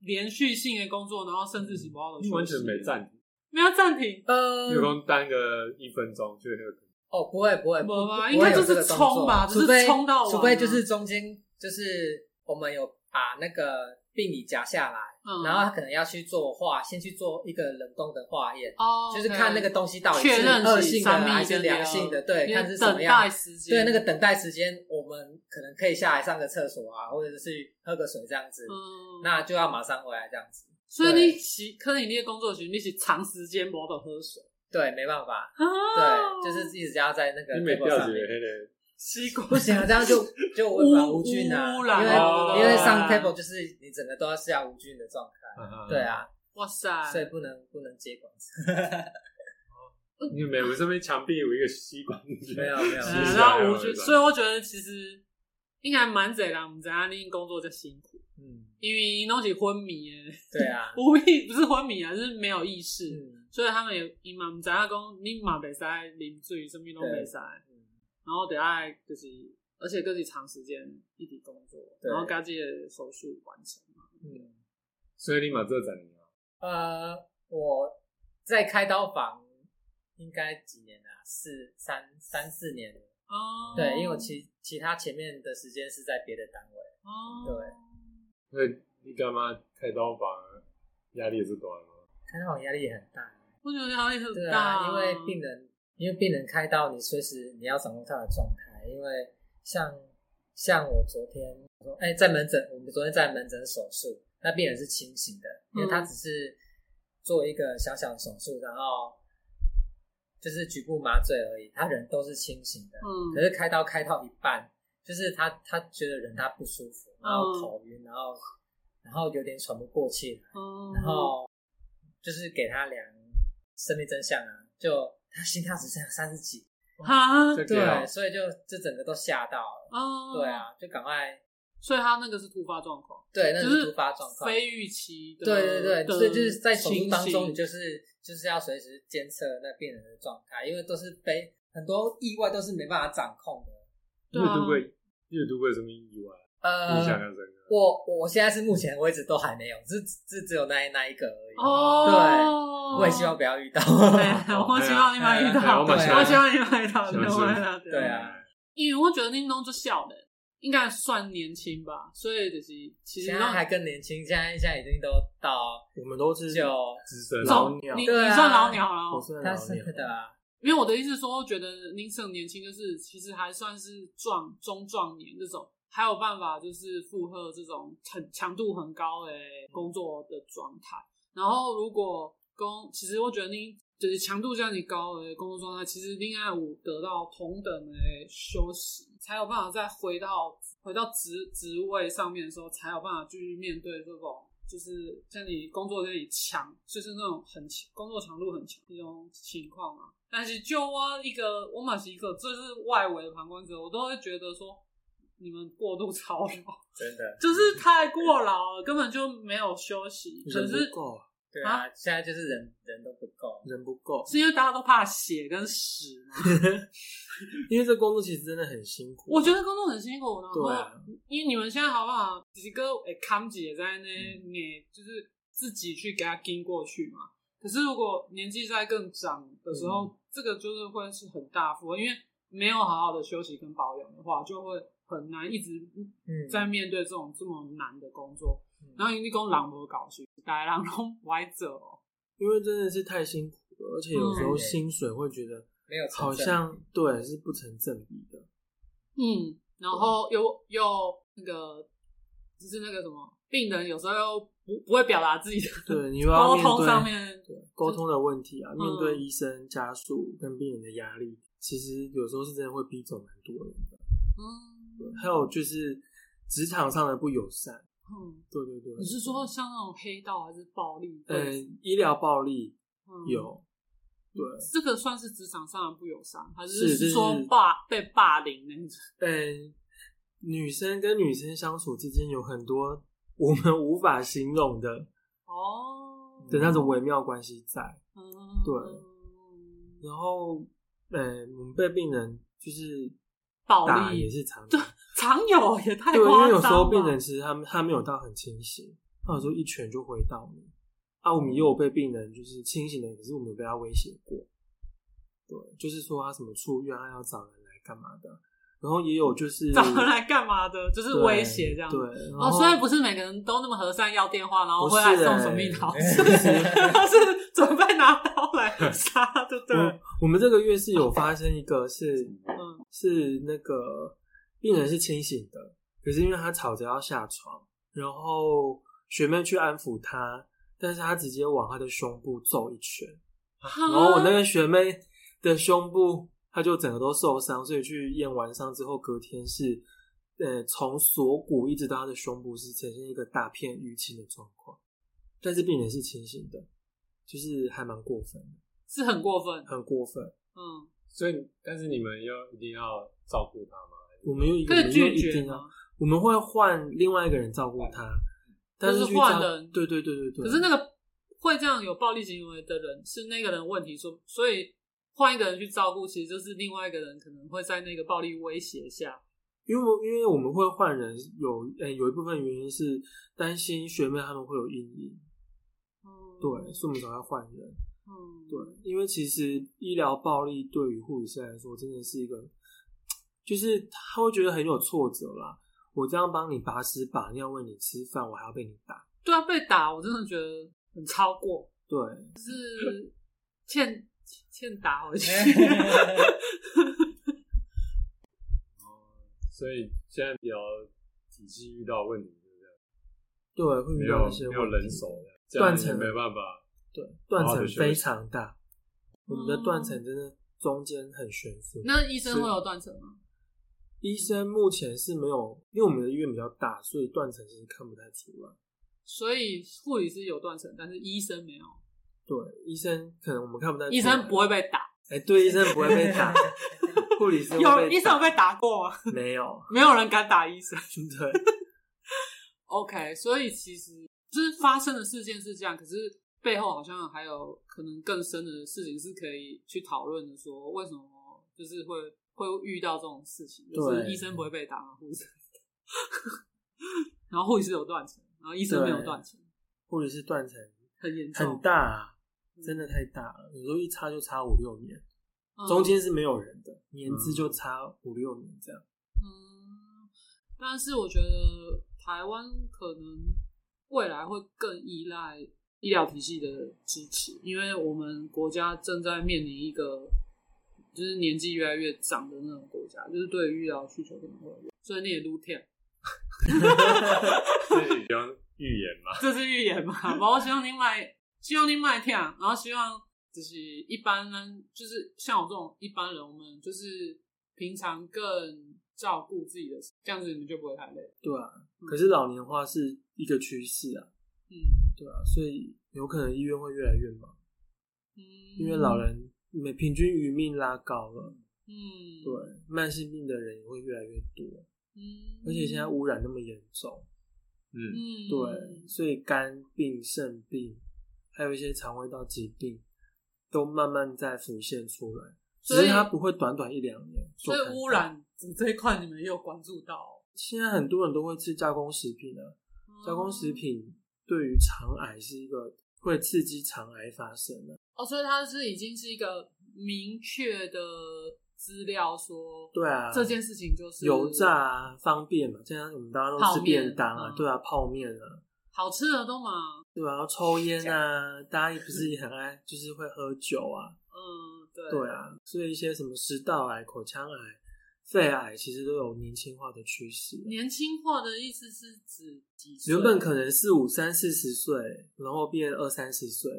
Speaker 3: 连续性的工作，然后甚至是无法
Speaker 1: 你完全没，暂停，
Speaker 3: 没有暂停，
Speaker 4: 呃
Speaker 1: 比如，说单个一分钟就有可能。
Speaker 4: 哦，不会不会，
Speaker 3: 没
Speaker 4: 不不
Speaker 3: 吧
Speaker 4: 会
Speaker 3: 啊应该
Speaker 4: 有
Speaker 3: 就是
Speaker 4: 这个动
Speaker 3: 冲
Speaker 4: 作
Speaker 3: 吧就是
Speaker 4: 除非
Speaker 3: 冲到完
Speaker 4: 除非
Speaker 3: 啊
Speaker 4: 就是中间就是我们有把那个病理夹下来，
Speaker 3: 嗯，
Speaker 4: 然后他可能要去做化，先去做一个冷冻的化验，
Speaker 3: 哦，
Speaker 4: 就是看那个
Speaker 3: OK
Speaker 4: 东西到底
Speaker 3: 确
Speaker 4: 是
Speaker 3: 认
Speaker 4: 恶
Speaker 3: 是
Speaker 4: 性的啊
Speaker 3: 三密
Speaker 4: 还是
Speaker 3: 跟
Speaker 4: 良
Speaker 3: 良
Speaker 4: 性的，对，
Speaker 3: 因
Speaker 4: 看
Speaker 3: 为
Speaker 4: 是什么
Speaker 3: 等
Speaker 4: 样
Speaker 3: 待。时间，
Speaker 4: 对那个等待时间，我们可能可以下来上个厕所啊，或者是去喝个水这样子，
Speaker 3: 嗯，
Speaker 4: 那就要马上回来这样子。
Speaker 3: 所以
Speaker 4: 对
Speaker 3: 你是可能你的工作时候，你是长时间无得喝水，
Speaker 4: 对，没办法，
Speaker 3: 啊
Speaker 4: 对，就是一直要在那个
Speaker 1: 你每
Speaker 4: table
Speaker 1: 掉
Speaker 4: 上
Speaker 1: 几
Speaker 4: 面
Speaker 1: 个黑的，
Speaker 3: 吸管
Speaker 4: 不行啊，这
Speaker 3: [LAUGHS]
Speaker 4: 样就就违反无菌啊，
Speaker 3: 污
Speaker 4: 因
Speaker 3: 污
Speaker 4: 为
Speaker 3: 染
Speaker 1: 哦
Speaker 4: 因为上 table 就是你整个都要是要无菌的状态，对，啊，
Speaker 3: 哇塞，
Speaker 4: 所以不能不能接管子，
Speaker 1: 你每我这边墙壁有一个吸管，
Speaker 4: 没有没有，
Speaker 1: 其
Speaker 3: 嗯
Speaker 1: 实
Speaker 3: 然
Speaker 1: 还
Speaker 3: 后我
Speaker 1: 好
Speaker 3: 觉得，
Speaker 1: 吧
Speaker 3: 所以我觉得其实应该蛮侪人唔知影你工作这辛苦，
Speaker 4: 嗯，
Speaker 3: 因为伊拢是昏迷诶，
Speaker 4: 对啊，
Speaker 3: 无意不是昏迷啊，是没有意识，
Speaker 4: 嗯，
Speaker 3: 所以他们也伊嘛唔知影讲你嘛袂使啉水，什么拢袂使，
Speaker 4: 嗯
Speaker 3: 然后得爱就是，而且更是长时间一起工作，
Speaker 4: 对
Speaker 3: 然后家己的手术完成嘛，
Speaker 4: 嗯
Speaker 1: 所以你马这暂停啊，
Speaker 4: 呃，我在开刀房应该几年啊，四三三四年了，
Speaker 3: 哦，
Speaker 4: 对，因为我其其他前面的时间是在别的单位，
Speaker 3: 哦，
Speaker 4: 对
Speaker 1: 所以你干嘛开刀房压力也是大的吗？
Speaker 4: 开刀房压力也很大，
Speaker 3: 我觉得压力很
Speaker 4: 对
Speaker 3: 大、
Speaker 4: 啊，因为病人，因为病人开刀，你随时你要掌握他的状态。因为像像我昨天，我说哎、在门诊，我们昨天在门诊手术，那病人是清醒的，因为他只是做一个小小的手术，然后就是局部麻醉而已，他人都是清醒的。
Speaker 3: 嗯，
Speaker 4: 可是开刀开到一半，就是他他觉得人他不舒服，然后头晕，然后然后有点喘不过气来。
Speaker 3: 嗯，
Speaker 4: 然后就是给他量生命真相啊，就他心跳只剩下三十几，
Speaker 3: 哈，
Speaker 1: 这个啊
Speaker 4: 对，所以就这整个都吓到了，
Speaker 3: 哦，
Speaker 4: 对，啊，就赶快
Speaker 3: 所以他那个是突发状况，
Speaker 4: 对，那
Speaker 3: 就是
Speaker 4: 突发状况，
Speaker 3: 非预期的，
Speaker 4: 对对对，
Speaker 3: 的
Speaker 4: 所以就是在手术
Speaker 3: 情
Speaker 4: 当中，
Speaker 3: 形
Speaker 4: 你就是就是要随时监测那病人的状态，因为都是非很多意外都是没办法掌控的，
Speaker 1: 你
Speaker 3: 对
Speaker 1: 有
Speaker 3: 啊
Speaker 1: 度过，你有度过什么啊意外？印象很
Speaker 4: 呃。
Speaker 1: 深刻。
Speaker 4: 我我现在是目前为止都还没有，只只只有那一那一个而已。
Speaker 3: 哦，
Speaker 4: 我也希望不要遇到。 [LAUGHS]
Speaker 3: 对，啊我希望你们遇
Speaker 4: 对啊
Speaker 3: 到，
Speaker 1: 我嘛
Speaker 3: 我
Speaker 1: 希
Speaker 3: 希
Speaker 1: 望
Speaker 3: 望你们遇到，
Speaker 1: 希望是
Speaker 3: 希望你们遇到
Speaker 4: 对啊，
Speaker 3: 因为我觉得你弄就笑的，应该算年轻吧，所以就是其实
Speaker 4: 现在
Speaker 3: 那
Speaker 4: 还更年轻，现在现在已经都到
Speaker 5: 我们都是
Speaker 4: 就
Speaker 1: 资深
Speaker 5: 老
Speaker 3: 走
Speaker 5: 鸟
Speaker 3: 你你
Speaker 4: 对啊
Speaker 3: 算老鸟了
Speaker 5: 我
Speaker 3: 哦，
Speaker 5: 是很老
Speaker 4: 他是
Speaker 5: 鸟，
Speaker 4: 的啊，
Speaker 3: 因为我的意思是说，我觉得宁省年轻就是其实还算是壮中壮年这种，还有办法就是负荷这种很强度很高的工作的状态。然后如果工，其实我觉得你就是强度这样你高的工作状态，其实另外五得到同等的休息，才有办法再回到回到职职位上面的时候，才有办法继续面对这种。就是像你工作这里强，就是那种很强工作强度很强这种情况啊。但是就我一个，我马是一个，这是外围的旁观者，我都会觉得说，你们过度操劳， [LAUGHS]
Speaker 4: 真的
Speaker 3: 就是太过劳了，根本就没有休息。可
Speaker 5: 人
Speaker 3: 是
Speaker 5: 不够，
Speaker 4: 对啊，现在就是人人都不够，
Speaker 5: 人不够，
Speaker 3: 是因为大家都怕血跟屎吗？ [LAUGHS]
Speaker 5: 因为这工作其实真的很辛苦。
Speaker 3: 我觉得工作很辛苦，然后、
Speaker 5: 对啊
Speaker 3: 因为你们现在好不好？几个诶，康姐在那，你就是自己去给他跟过去嘛。可是如果年纪再更长的时候，这个就是会是很大负荷，因为没有好好的休息跟保养的话，就会很难一直
Speaker 4: 嗯
Speaker 3: 在面对这种这么难的工作。
Speaker 4: 嗯
Speaker 3: 然后你讲人无搞去，大家人拢歪走哦。
Speaker 5: 因为真的是太辛苦了，而且有时候
Speaker 4: 嗯
Speaker 5: 薪水会觉得
Speaker 4: 没有成
Speaker 5: 好
Speaker 4: 正
Speaker 5: 像对是不成正比的。
Speaker 3: 嗯，然后又又那个，就是那个什么，病人有时候又不不会表达自己的
Speaker 5: 对，你又要
Speaker 3: 沟
Speaker 5: 面
Speaker 3: 通
Speaker 5: 对
Speaker 3: 上面，嗯
Speaker 5: 对沟通的问题啊，面对医生、家属跟病人的压力，其实有时候是真的会逼走蛮多人的。
Speaker 3: 嗯
Speaker 5: 还有就是职场上的不友善，
Speaker 3: 嗯，
Speaker 5: 对对对，
Speaker 3: 你是说像那种黑道还是暴力？
Speaker 5: 嗯，医疗暴力
Speaker 3: 嗯，
Speaker 5: 有，对，
Speaker 3: 这个算是职场上的不友善，还
Speaker 5: 是
Speaker 3: 是
Speaker 5: 就是
Speaker 3: 说霸被霸凌那
Speaker 5: [LAUGHS]
Speaker 3: 种？
Speaker 5: 嗯，女生跟女生相处之间有很多我们无法形容的
Speaker 3: 哦，
Speaker 5: 的那种微妙关系在。
Speaker 3: 嗯，
Speaker 5: 对然后，嗯，我们被病人就是
Speaker 3: 暴
Speaker 5: 打也
Speaker 3: 力
Speaker 5: 是常
Speaker 3: 对常有也太
Speaker 5: 对，因为有时
Speaker 3: 夸张
Speaker 5: 候
Speaker 3: 了
Speaker 5: 病人其实他们他没有到很清醒，他有时候一拳就挥到你。啊，
Speaker 3: 嗯
Speaker 5: 我们也有被病人就是清醒的，可是我们被他威胁过。对，就是说他什么出院，他要找人来干嘛的。啊然后也有就是
Speaker 3: 找人来干嘛的？就是
Speaker 5: 对
Speaker 3: 威胁这样。
Speaker 5: 对，
Speaker 3: 哦，所以不是每个人都那么和善，要电话，然后会来
Speaker 5: 不是
Speaker 3: 送
Speaker 5: 欸
Speaker 3: 什么一刀，
Speaker 5: [LAUGHS] 是不是
Speaker 3: [LAUGHS] 他是准备拿刀来杀，对不对？
Speaker 5: 我我们这个月是有发生一个是
Speaker 3: 嗯
Speaker 5: 是那个病人是清醒的，可是因为他吵着要下床，然后学妹去安抚他，但是他直接往他的胸部揍一拳，
Speaker 3: 啊
Speaker 5: 然后我那个学妹的胸部，她就整个都受伤，所以去验完伤之后，隔天是，呃，从锁骨一直到她的胸部是呈现一个大片淤青的状况，但是病人是清醒的，就是还蛮过分的，
Speaker 3: 是很过分，
Speaker 5: 很过分。
Speaker 3: 嗯，
Speaker 1: 所以但是你们要一定要照顾他嘛，
Speaker 5: 我们又我
Speaker 3: 可
Speaker 5: 们
Speaker 3: 以
Speaker 5: 又
Speaker 3: 拒
Speaker 5: 一
Speaker 3: 绝啊
Speaker 5: 定啊要
Speaker 3: 吗？，
Speaker 5: 我们会换另外一个人照顾他，但
Speaker 3: 就是
Speaker 5: 去
Speaker 3: 换
Speaker 5: 照
Speaker 3: 人
Speaker 5: 对对对对对。
Speaker 3: 可是那个会这样有暴力行为的人是那个人的问题，所所以换一个人去照顾，其实就是另外一个人可能会在那个暴力威胁下，
Speaker 5: 因为我因为我们会换人，有呃、有一部分原因是担心学妹他们会有阴影，
Speaker 3: 嗯，
Speaker 5: 对，所以我们才会换人。
Speaker 3: 嗯，
Speaker 5: 对，因为其实医疗暴力对于护理师来说，真的是一个，就是他会觉得很有挫折啦。我这样帮你把屎把尿，喂你吃饭，我还要被你打。
Speaker 3: 对啊，被打我真的觉得很超过，
Speaker 5: 对，
Speaker 3: 就是欠欠打
Speaker 5: [LAUGHS]
Speaker 3: 回去。
Speaker 4: [LAUGHS] 常
Speaker 1: 所以现在比较体系遇到问题，对不对？
Speaker 5: 对，会
Speaker 1: 没
Speaker 5: 遇
Speaker 1: 有
Speaker 5: 到一些
Speaker 1: 没有
Speaker 5: 问题
Speaker 1: 人手，的，这样
Speaker 5: 断
Speaker 1: 你
Speaker 5: 层
Speaker 1: 没办法。
Speaker 5: 对，断
Speaker 1: 好好
Speaker 5: 层
Speaker 1: 地
Speaker 5: 非
Speaker 1: 休息
Speaker 5: 常大。我们的断层真的中间很悬殊。
Speaker 3: 那医生会有断层吗？
Speaker 5: 医生目前是没有，因为我们的医院比较大，所以断层其实看不太出来。
Speaker 3: 所以护理师有断层，但是医生没有，
Speaker 5: 对，医生可能我们看不太出来。
Speaker 3: 医生不会被打。
Speaker 5: 哎、对，医生不会
Speaker 3: [LAUGHS]
Speaker 5: 被打，护理师会
Speaker 3: 有
Speaker 5: 被
Speaker 3: 医生有被打过啊吗？
Speaker 5: 打没有？
Speaker 3: 没有人敢打医生。
Speaker 5: 对。
Speaker 3: OK，所以其实就是发生的事件是这样，可是背后好像还有可能更深的事情是可以去讨论的，说为什么就是会会遇到这种事情，就是
Speaker 5: 对
Speaker 3: 医生不会被打，护士， [LAUGHS] 然后护士有断层，然后医生没有断层，
Speaker 5: 护理师断层
Speaker 3: 很严重，
Speaker 5: 很大、啊，真的太大了，有时候一差就差五六年，
Speaker 3: 嗯
Speaker 5: 中间是没有人的，年资就差五六年这样。
Speaker 3: 嗯，但是我觉得台湾可能未来会更依赖医疗体系的支持，因为我们国家正在面临一个就是年纪越来越长的那种国家，就是对于医疗需求可能会有，所以你也撸跳， [LAUGHS]
Speaker 1: 自己用预言
Speaker 3: [LAUGHS]
Speaker 1: 嘛，
Speaker 3: 这是预言嘛？我希望你买，希望你买跳，然后希望就是一般人，就是像我这种一般人，我们就是平常更照顾自己的，这样子你们就不会太累。
Speaker 5: 对啊。可是老年化是一个趋势啊，
Speaker 3: 嗯
Speaker 5: 对啊，所以有可能医院会越来越忙，
Speaker 3: 嗯，
Speaker 5: 因为老人每平均余命拉高了，
Speaker 3: 嗯
Speaker 5: 对，慢性病的人也会越来越多，
Speaker 3: 嗯，
Speaker 5: 而且现在污染那么严重，
Speaker 1: 嗯，
Speaker 3: 嗯
Speaker 5: 对，所以肝病、肾病，还有一些肠胃道疾病，都慢慢在浮现出来。只
Speaker 3: 所以
Speaker 5: 是它不会短短一两年，
Speaker 3: 所以
Speaker 5: 做看
Speaker 3: 污染这一块你们也有关注到哦、
Speaker 5: 现在很多人都会吃加工食品啊，
Speaker 3: 嗯
Speaker 5: 加工食品对于肠癌是一个会刺激肠癌发生的、
Speaker 3: 哦，所以它是已经是一个明确的资料说，
Speaker 5: 对啊，
Speaker 3: 这件事情就是
Speaker 5: 油炸啊，方便嘛，现在我们大家都
Speaker 3: 泡
Speaker 5: 吃
Speaker 3: 面
Speaker 5: 便当啊，
Speaker 3: 嗯
Speaker 5: 对啊，泡面啊，
Speaker 3: 好吃的都嘛，
Speaker 5: 对吧、然后抽烟
Speaker 3: [LAUGHS]
Speaker 5: 啊，大家也不是也很爱，就是会喝酒啊，
Speaker 3: 嗯，对，
Speaker 5: 对啊，所以一些什么食道癌、口腔癌、肺癌，其实都有年轻化的趋势啊。
Speaker 3: 年轻化的意思是指几岁？
Speaker 5: 原本可能四五三四十岁，然后变二三十岁，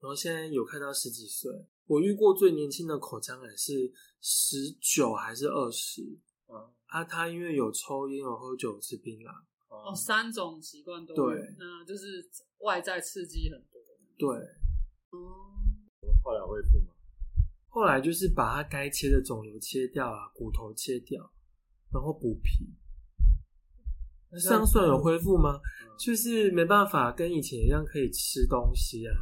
Speaker 5: 然后现在有看到十几岁。我遇过最年轻的口腔癌是十九还是二十？
Speaker 3: 嗯
Speaker 1: 哦
Speaker 5: 啊，他因为有抽烟、有喝酒、吃槟榔，
Speaker 3: 哦，三种习惯都有
Speaker 5: 对
Speaker 3: 那就是外在刺激很多。
Speaker 5: 对，哦
Speaker 3: 嗯，
Speaker 1: 后来恢复嘛，
Speaker 5: 后来就是把他该切的肿瘤切掉啊，骨头切掉，然后补皮。这样算有恢复吗？
Speaker 3: 嗯
Speaker 5: 就是没办法跟以前一样可以吃东西啊，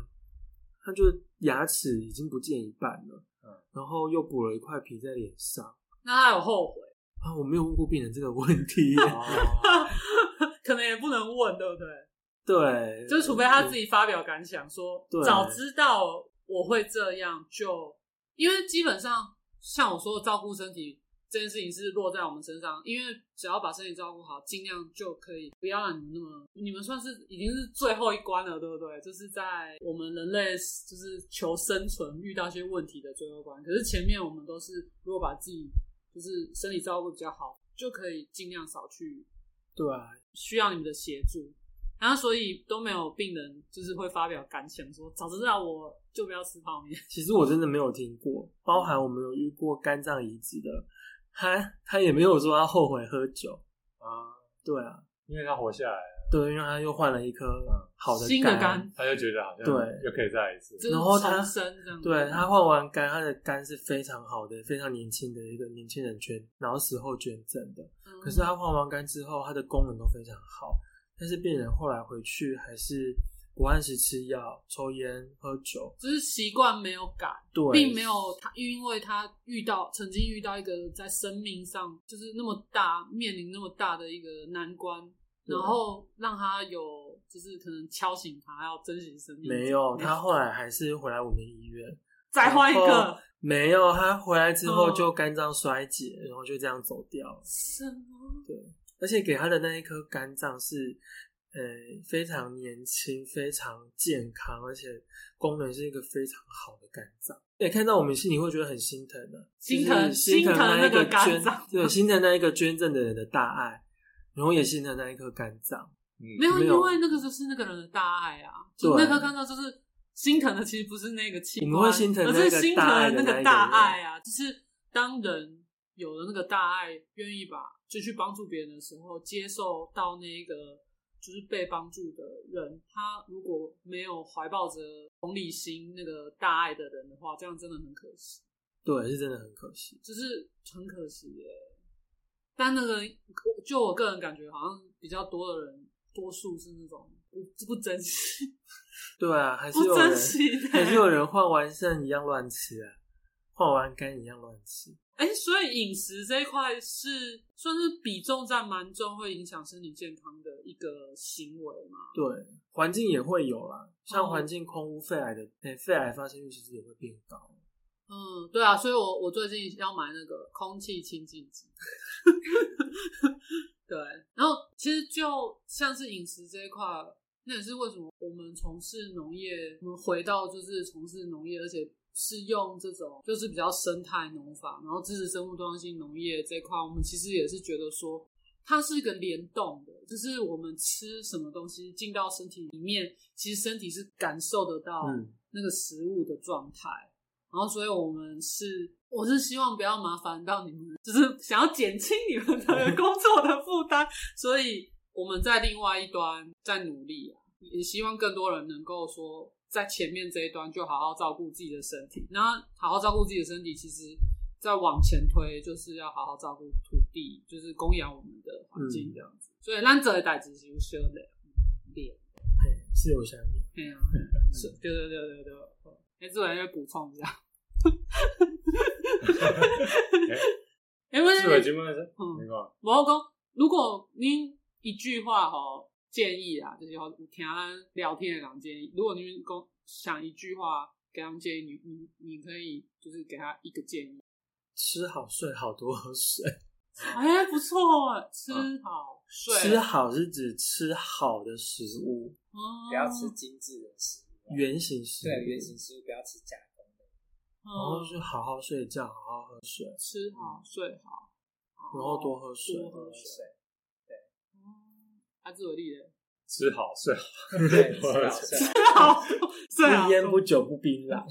Speaker 5: 他就牙齿已经不见一半了，
Speaker 1: 嗯
Speaker 5: 然后又补了一块皮在脸上
Speaker 3: 那他有后悔，
Speaker 5: 啊，我没有问过病人这个问题耶，
Speaker 3: 哦可能也不能问，对不对？
Speaker 5: 对，
Speaker 3: 就是除非他自己发表感想说
Speaker 5: 对，
Speaker 3: 早知道我会这样就，因为基本上像我说的照顾身体这件事情是落在我们身上，因为只要把身体照顾好，尽量就可以不要让你们那么，你们算是已经是最后一关了，对不对？就是在我们人类就是求生存遇到一些问题的最后关，可是前面我们都是如果把自己就是身体照顾比较好，就可以尽量少去
Speaker 5: 对啊，
Speaker 3: 需要你们的协助，然后所以都没有病人就是会发表感想说，早知道我就不要吃泡面。
Speaker 5: 其实我真的没有听过，包含我们有遇过肝脏移植的，他他也没有说他后悔喝酒，
Speaker 1: 啊，
Speaker 5: 对啊，
Speaker 1: 因为他活下来了，
Speaker 5: 对，因为他又换了一颗好
Speaker 3: 新的肝，
Speaker 1: 他就觉得好像
Speaker 5: 对
Speaker 1: 又可以再来一次，
Speaker 3: 就是
Speaker 5: 然后他
Speaker 3: 重生这样子，
Speaker 5: 对他换完肝，他的肝是非常好的，非常年轻的一个年轻人捐，然后死后捐赠的。
Speaker 3: 嗯
Speaker 5: 可是他换完肝之后，他的功能都非常好，但是病人后来回去还是不按时吃药、抽烟、喝酒，
Speaker 3: 就是习惯没有改，
Speaker 5: 对，
Speaker 3: 并没有他，因为他遇到曾经遇到一个在生命上就是那么大面临那么大的一个难关，
Speaker 5: 对
Speaker 3: 然后让他有就是可能敲醒他要珍惜生命，
Speaker 5: 没有，他后来还是回来我们医院，
Speaker 3: 再换一
Speaker 5: 然后
Speaker 3: 个
Speaker 5: 没有，他回来之后
Speaker 3: 嗯
Speaker 5: 就肝脏衰竭，然后就这样走掉了。
Speaker 3: 什么？
Speaker 5: 而且给他的那一颗肝脏是，呃，非常年轻、非常健康，而且功能是一个非常好的肝脏。也看到我们心里会觉得很心疼的、
Speaker 3: 心疼
Speaker 5: 就是心疼那
Speaker 3: 心疼那
Speaker 5: 一
Speaker 3: 个肝
Speaker 5: 捐
Speaker 3: 脏， [LAUGHS]
Speaker 5: 对，心疼那一个捐赠的人的大爱，然后也心疼那一颗肝脏。
Speaker 1: 嗯
Speaker 3: 没有，
Speaker 5: 没
Speaker 3: 因
Speaker 5: 有
Speaker 3: 为那个就是那个人的大爱啊，就
Speaker 5: 对
Speaker 3: 那颗肝脏就是心疼的，其实不是那个器官，
Speaker 5: 我们会心疼那
Speaker 3: 而
Speaker 5: 个
Speaker 3: 是心疼的
Speaker 5: 大爱的那一个
Speaker 3: 个
Speaker 5: 人
Speaker 3: 大爱啊。就是当人有了那个大爱，愿意把就去帮助别人的时候，接受到那个就是被帮助的人，他如果没有怀抱着同理心那个大爱的人的话，这样真的很可惜。
Speaker 5: 对，是真的很可惜。
Speaker 3: 就是很可惜耶。但那个，我就我个人感觉，好像比较多的人，多数是那种不不珍惜，
Speaker 5: 对啊，还是
Speaker 3: 不
Speaker 5: 有人
Speaker 3: 珍，惜的。
Speaker 5: 还是有人换完肾一样乱吃啊，换完肝一样乱吃。
Speaker 3: 哎、所以饮食这一块是算是比重占蛮重，会影响身体健康的一个行为嘛？
Speaker 5: 对，环境也会有啦，像
Speaker 3: 哦
Speaker 5: 环境空污、肺癌的，诶、肺癌发生率其实也会变高。
Speaker 3: 嗯，对啊，所以我我最近要买那个空气清净机， [LAUGHS] 对，然后其实就像是饮食这一块，那也是为什么我们从事农业，我们回到就是从事农业，而且是用这种就是比较生态农法，然后支持生物多样性农业这一块，我们其实也是觉得说。它是一个联动的，就是我们吃什么东西进到身体里面，其实身体是感受得到
Speaker 5: 嗯
Speaker 3: 那个食物的状态。然后，所以我们是，我是希望不要麻烦到你们，就是想要减轻你们的工作的负担，所以我们在另外一端在努力啊，也希望更多人能够说，在前面这一端就好好照顾自己的身体，然后好好照顾自己的身体，其实再往前推，就是要好好照顾土地，就是供养我们的环境这样子。所以，咱做的代志是有小的，嗯对，
Speaker 5: 嘿，是有想你。
Speaker 3: 对啊，
Speaker 5: 嗯
Speaker 3: 是，对对对对对。哎，志伟要补充
Speaker 5: [LAUGHS]
Speaker 3: 一下。哎，我
Speaker 1: 是我基本上是
Speaker 3: 嗯
Speaker 1: 没办法，
Speaker 3: 我讲，如果您一句话吼建议啊，就是有听咱聊天的人建议，如果你们讲想一句话给他们建议，你你你可以就是给他一个建议。
Speaker 5: 吃好睡好多喝水，
Speaker 3: 哎、不错哎，吃好睡，
Speaker 5: 吃啊好是指吃好的食物，
Speaker 3: 哦
Speaker 4: 不要吃精致的食物啊，
Speaker 5: 原型食物，
Speaker 4: 对原型食物不要吃加 [LAUGHS] 工的，
Speaker 3: 嗯
Speaker 5: 然后就是好好睡觉，好好喝水，
Speaker 3: 吃好睡好，
Speaker 5: 然后多喝水，
Speaker 3: 哦多
Speaker 4: 喝
Speaker 3: 喝水。
Speaker 4: 水，
Speaker 3: 哦阿志伟啊力的，
Speaker 1: 吃好睡好，
Speaker 4: 对，吃好睡好。
Speaker 3: 好睡好
Speaker 5: 不烟不酒不槟榔，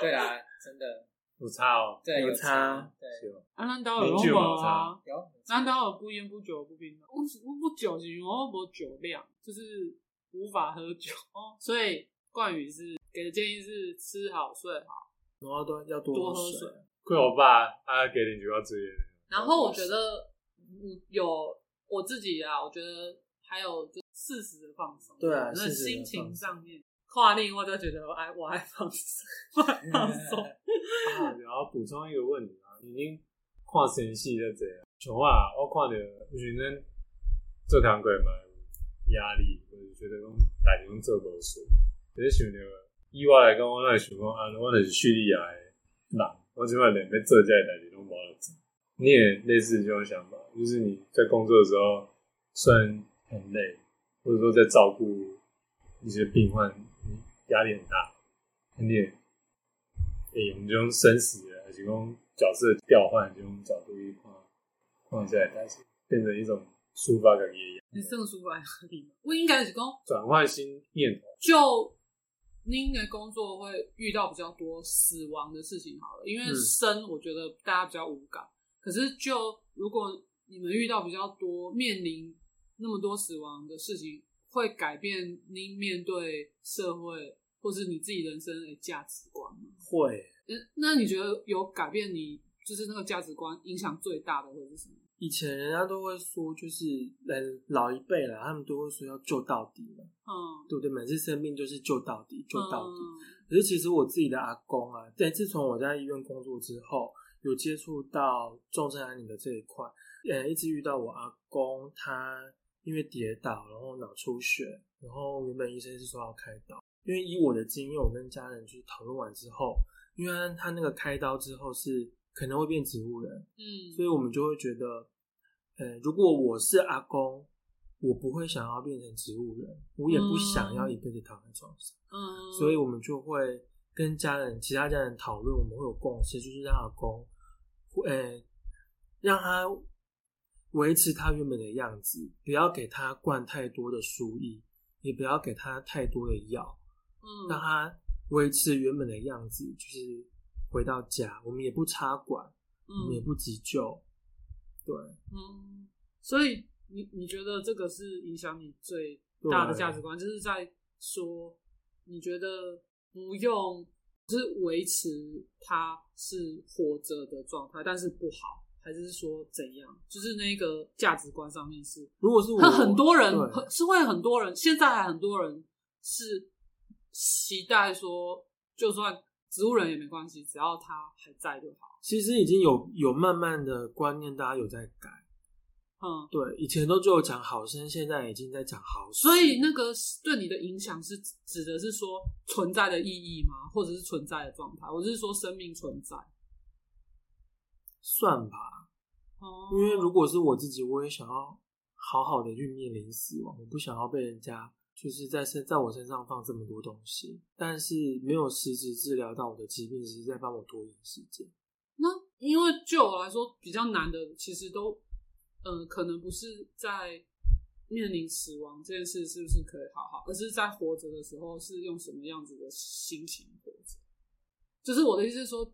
Speaker 4: 对啦，真的，
Speaker 1: 有差哦。
Speaker 4: 对，有
Speaker 5: 有差，
Speaker 4: 对，
Speaker 1: 是哦
Speaker 3: 啊，咱都有
Speaker 1: 没酒
Speaker 3: 拢无
Speaker 1: 嘛
Speaker 3: 啊
Speaker 1: 差。
Speaker 4: 有
Speaker 3: 咱都有不烟不酒不槟榔，我是我不酒是因为我无酒量，就是无法喝酒哦。所以冠宇是给的建议是吃好睡好，
Speaker 5: 然后都要多
Speaker 3: 多
Speaker 5: 喝
Speaker 3: 喝水。。
Speaker 1: 亏我爸，他给你就要这
Speaker 4: [LAUGHS]
Speaker 1: 样。
Speaker 3: 然后我觉得嗯有我自己啊，我觉得还有就适时的放松，
Speaker 5: 对啊
Speaker 3: 那
Speaker 5: 适时地
Speaker 3: 心情
Speaker 5: 放松
Speaker 3: 上面跨令我都觉得我爱我爱放松， [LAUGHS] 我爱放
Speaker 5: 嗯
Speaker 3: 松。
Speaker 1: 啊，然后补充一个问题啊，已经看神戏在这样，像我啊，我看着有时阵做工课嘛有压力，我就觉得讲大家拢做无事，可是想着以我来讲，我哪会想讲啊，我就是叙利亚的人，我即摆连要做这个代志拢无得做。你也类似这种想法，就是你在工作的时候虽然很累，或者说在照顾一些病患，你压力很大，但你也会用这种生死的，还是讲角色调换这种角度去看，看下来，但是变成一种抒发感也
Speaker 3: 你胜出来合理吗？我应该是讲
Speaker 1: 转换新念头。
Speaker 3: 就您的工作会遇到比较多死亡的事情好了，因为
Speaker 5: 嗯
Speaker 3: 生我觉得大家比较无感，可是就如果你们遇到比较多面临那么多死亡的事情，会改变您面对社会或是你自己人生的价值观吗？
Speaker 5: 会
Speaker 3: 嗯那你觉得有改变你就是那个价值观影响最大的会是什么？
Speaker 5: 以前人家都会说，就是人老一辈了，他们都会说要救到底嘛，
Speaker 3: 嗯，
Speaker 5: 对不对？每次生病就是救到底，救到底。
Speaker 3: 嗯
Speaker 5: 可是其实我自己的阿公啊，对，自从我在医院工作之后，有接触到重症安宁的这一块，呃，一直遇到我阿公，他因为跌倒，然后脑出血，然后原本医生是说要开刀，因为以我的经验，我跟家人去讨论完之后，因为他那个开刀之后是可能会变植物人，
Speaker 3: 嗯，
Speaker 5: 所以我们就会觉得，呃，如果我是阿公，我不会想要变成植物人，我也不想要一辈子躺在床上。
Speaker 3: 嗯，
Speaker 5: 所以我们就会跟家人、其他家人讨论，我们会有共识，就是让阿公，呃、让他维持他原本的样子，不要给他灌太多的输液，也不要给他太多的药，
Speaker 3: 嗯，
Speaker 5: 让他维持原本的样子，就是回到家，我们也不插管，我们也
Speaker 3: 嗯
Speaker 5: 不急救，对，
Speaker 3: 嗯，所以你你觉得这个是影响你最
Speaker 5: 对
Speaker 3: 大的价值观，就是在说你觉得不用，就是维持它是活着的状态，但是不好，还是说怎样？就是那个价值观上面是，
Speaker 5: 如果是我，
Speaker 3: 他 [LAUGHS] 很多人
Speaker 5: 对
Speaker 3: 很是会很多人，现在还很多人是期待说，就算植物人也没关系，只要他还在就好。
Speaker 5: 其实已经有有慢慢的观念，大家有在改。
Speaker 3: 嗯，
Speaker 5: 对，以前都只有讲好生，现在已经在讲好死
Speaker 3: 所以那个对你的影响是指的是说存在的意义吗？或者是存在的状态？我是说生命存在。
Speaker 5: 算吧。
Speaker 3: 哦
Speaker 5: 因为如果是我自己，我也想要好好的去面临死亡，我不想要被人家就是在身在我身上放这么多东西，但是没有实质治疗到我的疾病，只是在帮我拖延时间。
Speaker 3: 那因为就我来说，比较难的其实都，呃，可能不是在面临死亡这件事是不是可以好好，而是在活着的时候是用什么样子的心情活着。就是我的意思是说，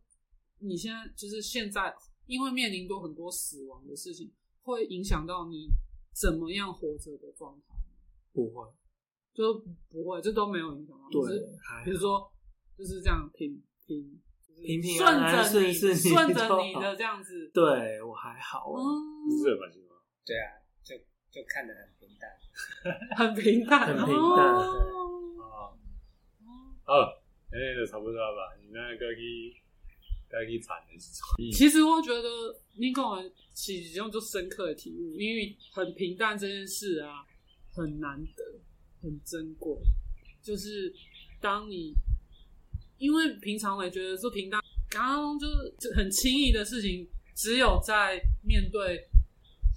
Speaker 3: 你现在就是现在，因为面临多很多死亡的事情，会影响到你怎么样活着的状态，
Speaker 5: 不会，
Speaker 3: 就不会，这都没有影响到。只是
Speaker 5: 对，还
Speaker 3: 比如说就是这样平平
Speaker 5: 平平
Speaker 3: 顺
Speaker 5: 安安
Speaker 3: 着你
Speaker 5: 顺势
Speaker 3: 顺
Speaker 5: 你
Speaker 3: 着
Speaker 5: 就
Speaker 3: 你
Speaker 5: 好
Speaker 3: 的这样子，
Speaker 5: 对我还好欸、
Speaker 1: 你
Speaker 3: 嗯，
Speaker 1: 是很烦心吗？
Speaker 4: 对啊，就就 [LAUGHS] 看得很平淡。
Speaker 3: 很平淡，
Speaker 5: 很平淡
Speaker 3: 哦
Speaker 1: 啊，好，那哦哎就差不多了吧。你那个去，该去产的时候，
Speaker 3: 其实我觉得你跟我其中就深刻的体悟，因为很平淡这件事啊，很难得，很珍贵。就是当你因为平常我也觉得说平淡，刚刚就是很轻易的事情，只有在面对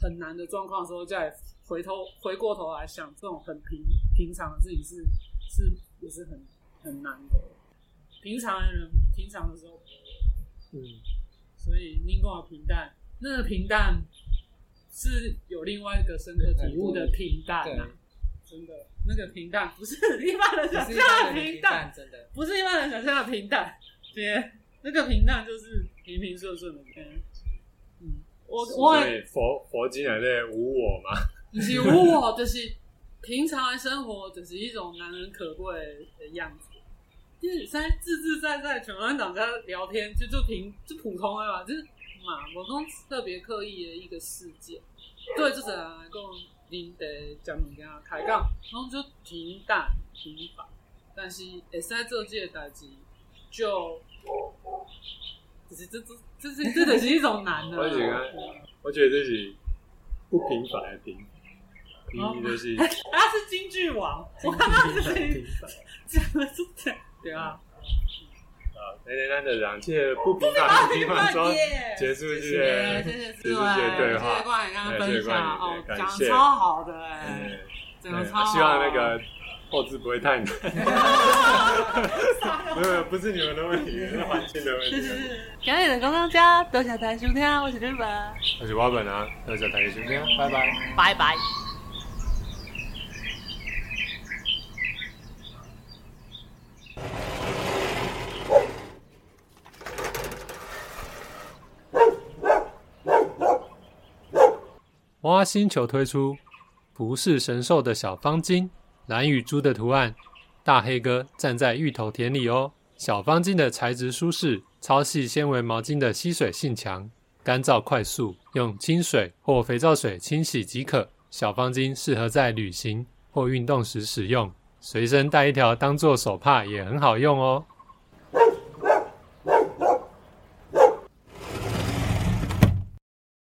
Speaker 3: 很难的状况的时候，再回头回过头来想，这种很平平常的事情是是也是很很难的。平常的人，平常的时候
Speaker 5: 嗯，
Speaker 3: 所以宁光的平淡，那个平淡是有另外一个深刻体悟的平淡
Speaker 4: 对
Speaker 3: 啊，真的，那个平淡不是一般人想
Speaker 4: 只是
Speaker 3: 象
Speaker 4: 看
Speaker 3: 的
Speaker 4: 得
Speaker 3: 平
Speaker 4: 平
Speaker 3: 淡，
Speaker 4: 淡，真的。
Speaker 3: 不是一般人想象的平淡，别那个平淡就是平平顺顺的，嗯嗯，我我
Speaker 1: 所以佛佛经来的无我嘛， [LAUGHS]
Speaker 3: 不是我就是平常的生活，就是一种难能可贵的样子。就是在自自在在全班长家聊天，就就平就普通的嘛，就是嘛，我讲特别刻意的一个事件。对，啊这个人来讲，恁得讲物件开讲，然后就平淡平凡，但是会使做这个代志，就就是这这这是这就是一种难的
Speaker 1: 我觉
Speaker 3: 啦
Speaker 1: 得。我觉得这是不平凡的平，平就是
Speaker 3: [LAUGHS] 他是京剧王，我看到你
Speaker 5: 平
Speaker 3: 是
Speaker 5: 凡 [LAUGHS] 平凡，
Speaker 3: 讲的是这样，对啊，
Speaker 1: 啊，那那那的人，这个不平凡的平凡 [LAUGHS] 说
Speaker 3: 耶
Speaker 1: 结束这
Speaker 3: 谢
Speaker 1: 个，
Speaker 3: 谢志
Speaker 1: 谢
Speaker 3: 伟，
Speaker 1: 谢对话
Speaker 3: 谢谢冠宇刚刚
Speaker 1: 哎谢
Speaker 3: 分
Speaker 1: 谢冠宇
Speaker 3: 享哦，
Speaker 1: 对
Speaker 3: 讲
Speaker 1: 感谢
Speaker 3: 超好的
Speaker 1: 嗯
Speaker 3: 哎，，
Speaker 1: 对
Speaker 3: 讲得超好，
Speaker 1: 啊希望那个后置不会 [LAUGHS] 太难，没有没有，不是你们的问题，是环境的问题。啊
Speaker 3: 感谢光光家，多谢大家收听，我是日本。
Speaker 1: 我是我本啊，大家大家收听，拜拜。
Speaker 2: 拜拜。
Speaker 6: 魔蛙星球推出不是神兽的小方巾，蓝与猪的图案，大黑哥站在芋头田里哦。小方巾的材质舒适，超细纤维毛巾的吸水性强，干燥快速，用清水或肥皂水清洗即可。小方巾适合在旅行或运动时使用，随身带一条当做手帕也很好用哦。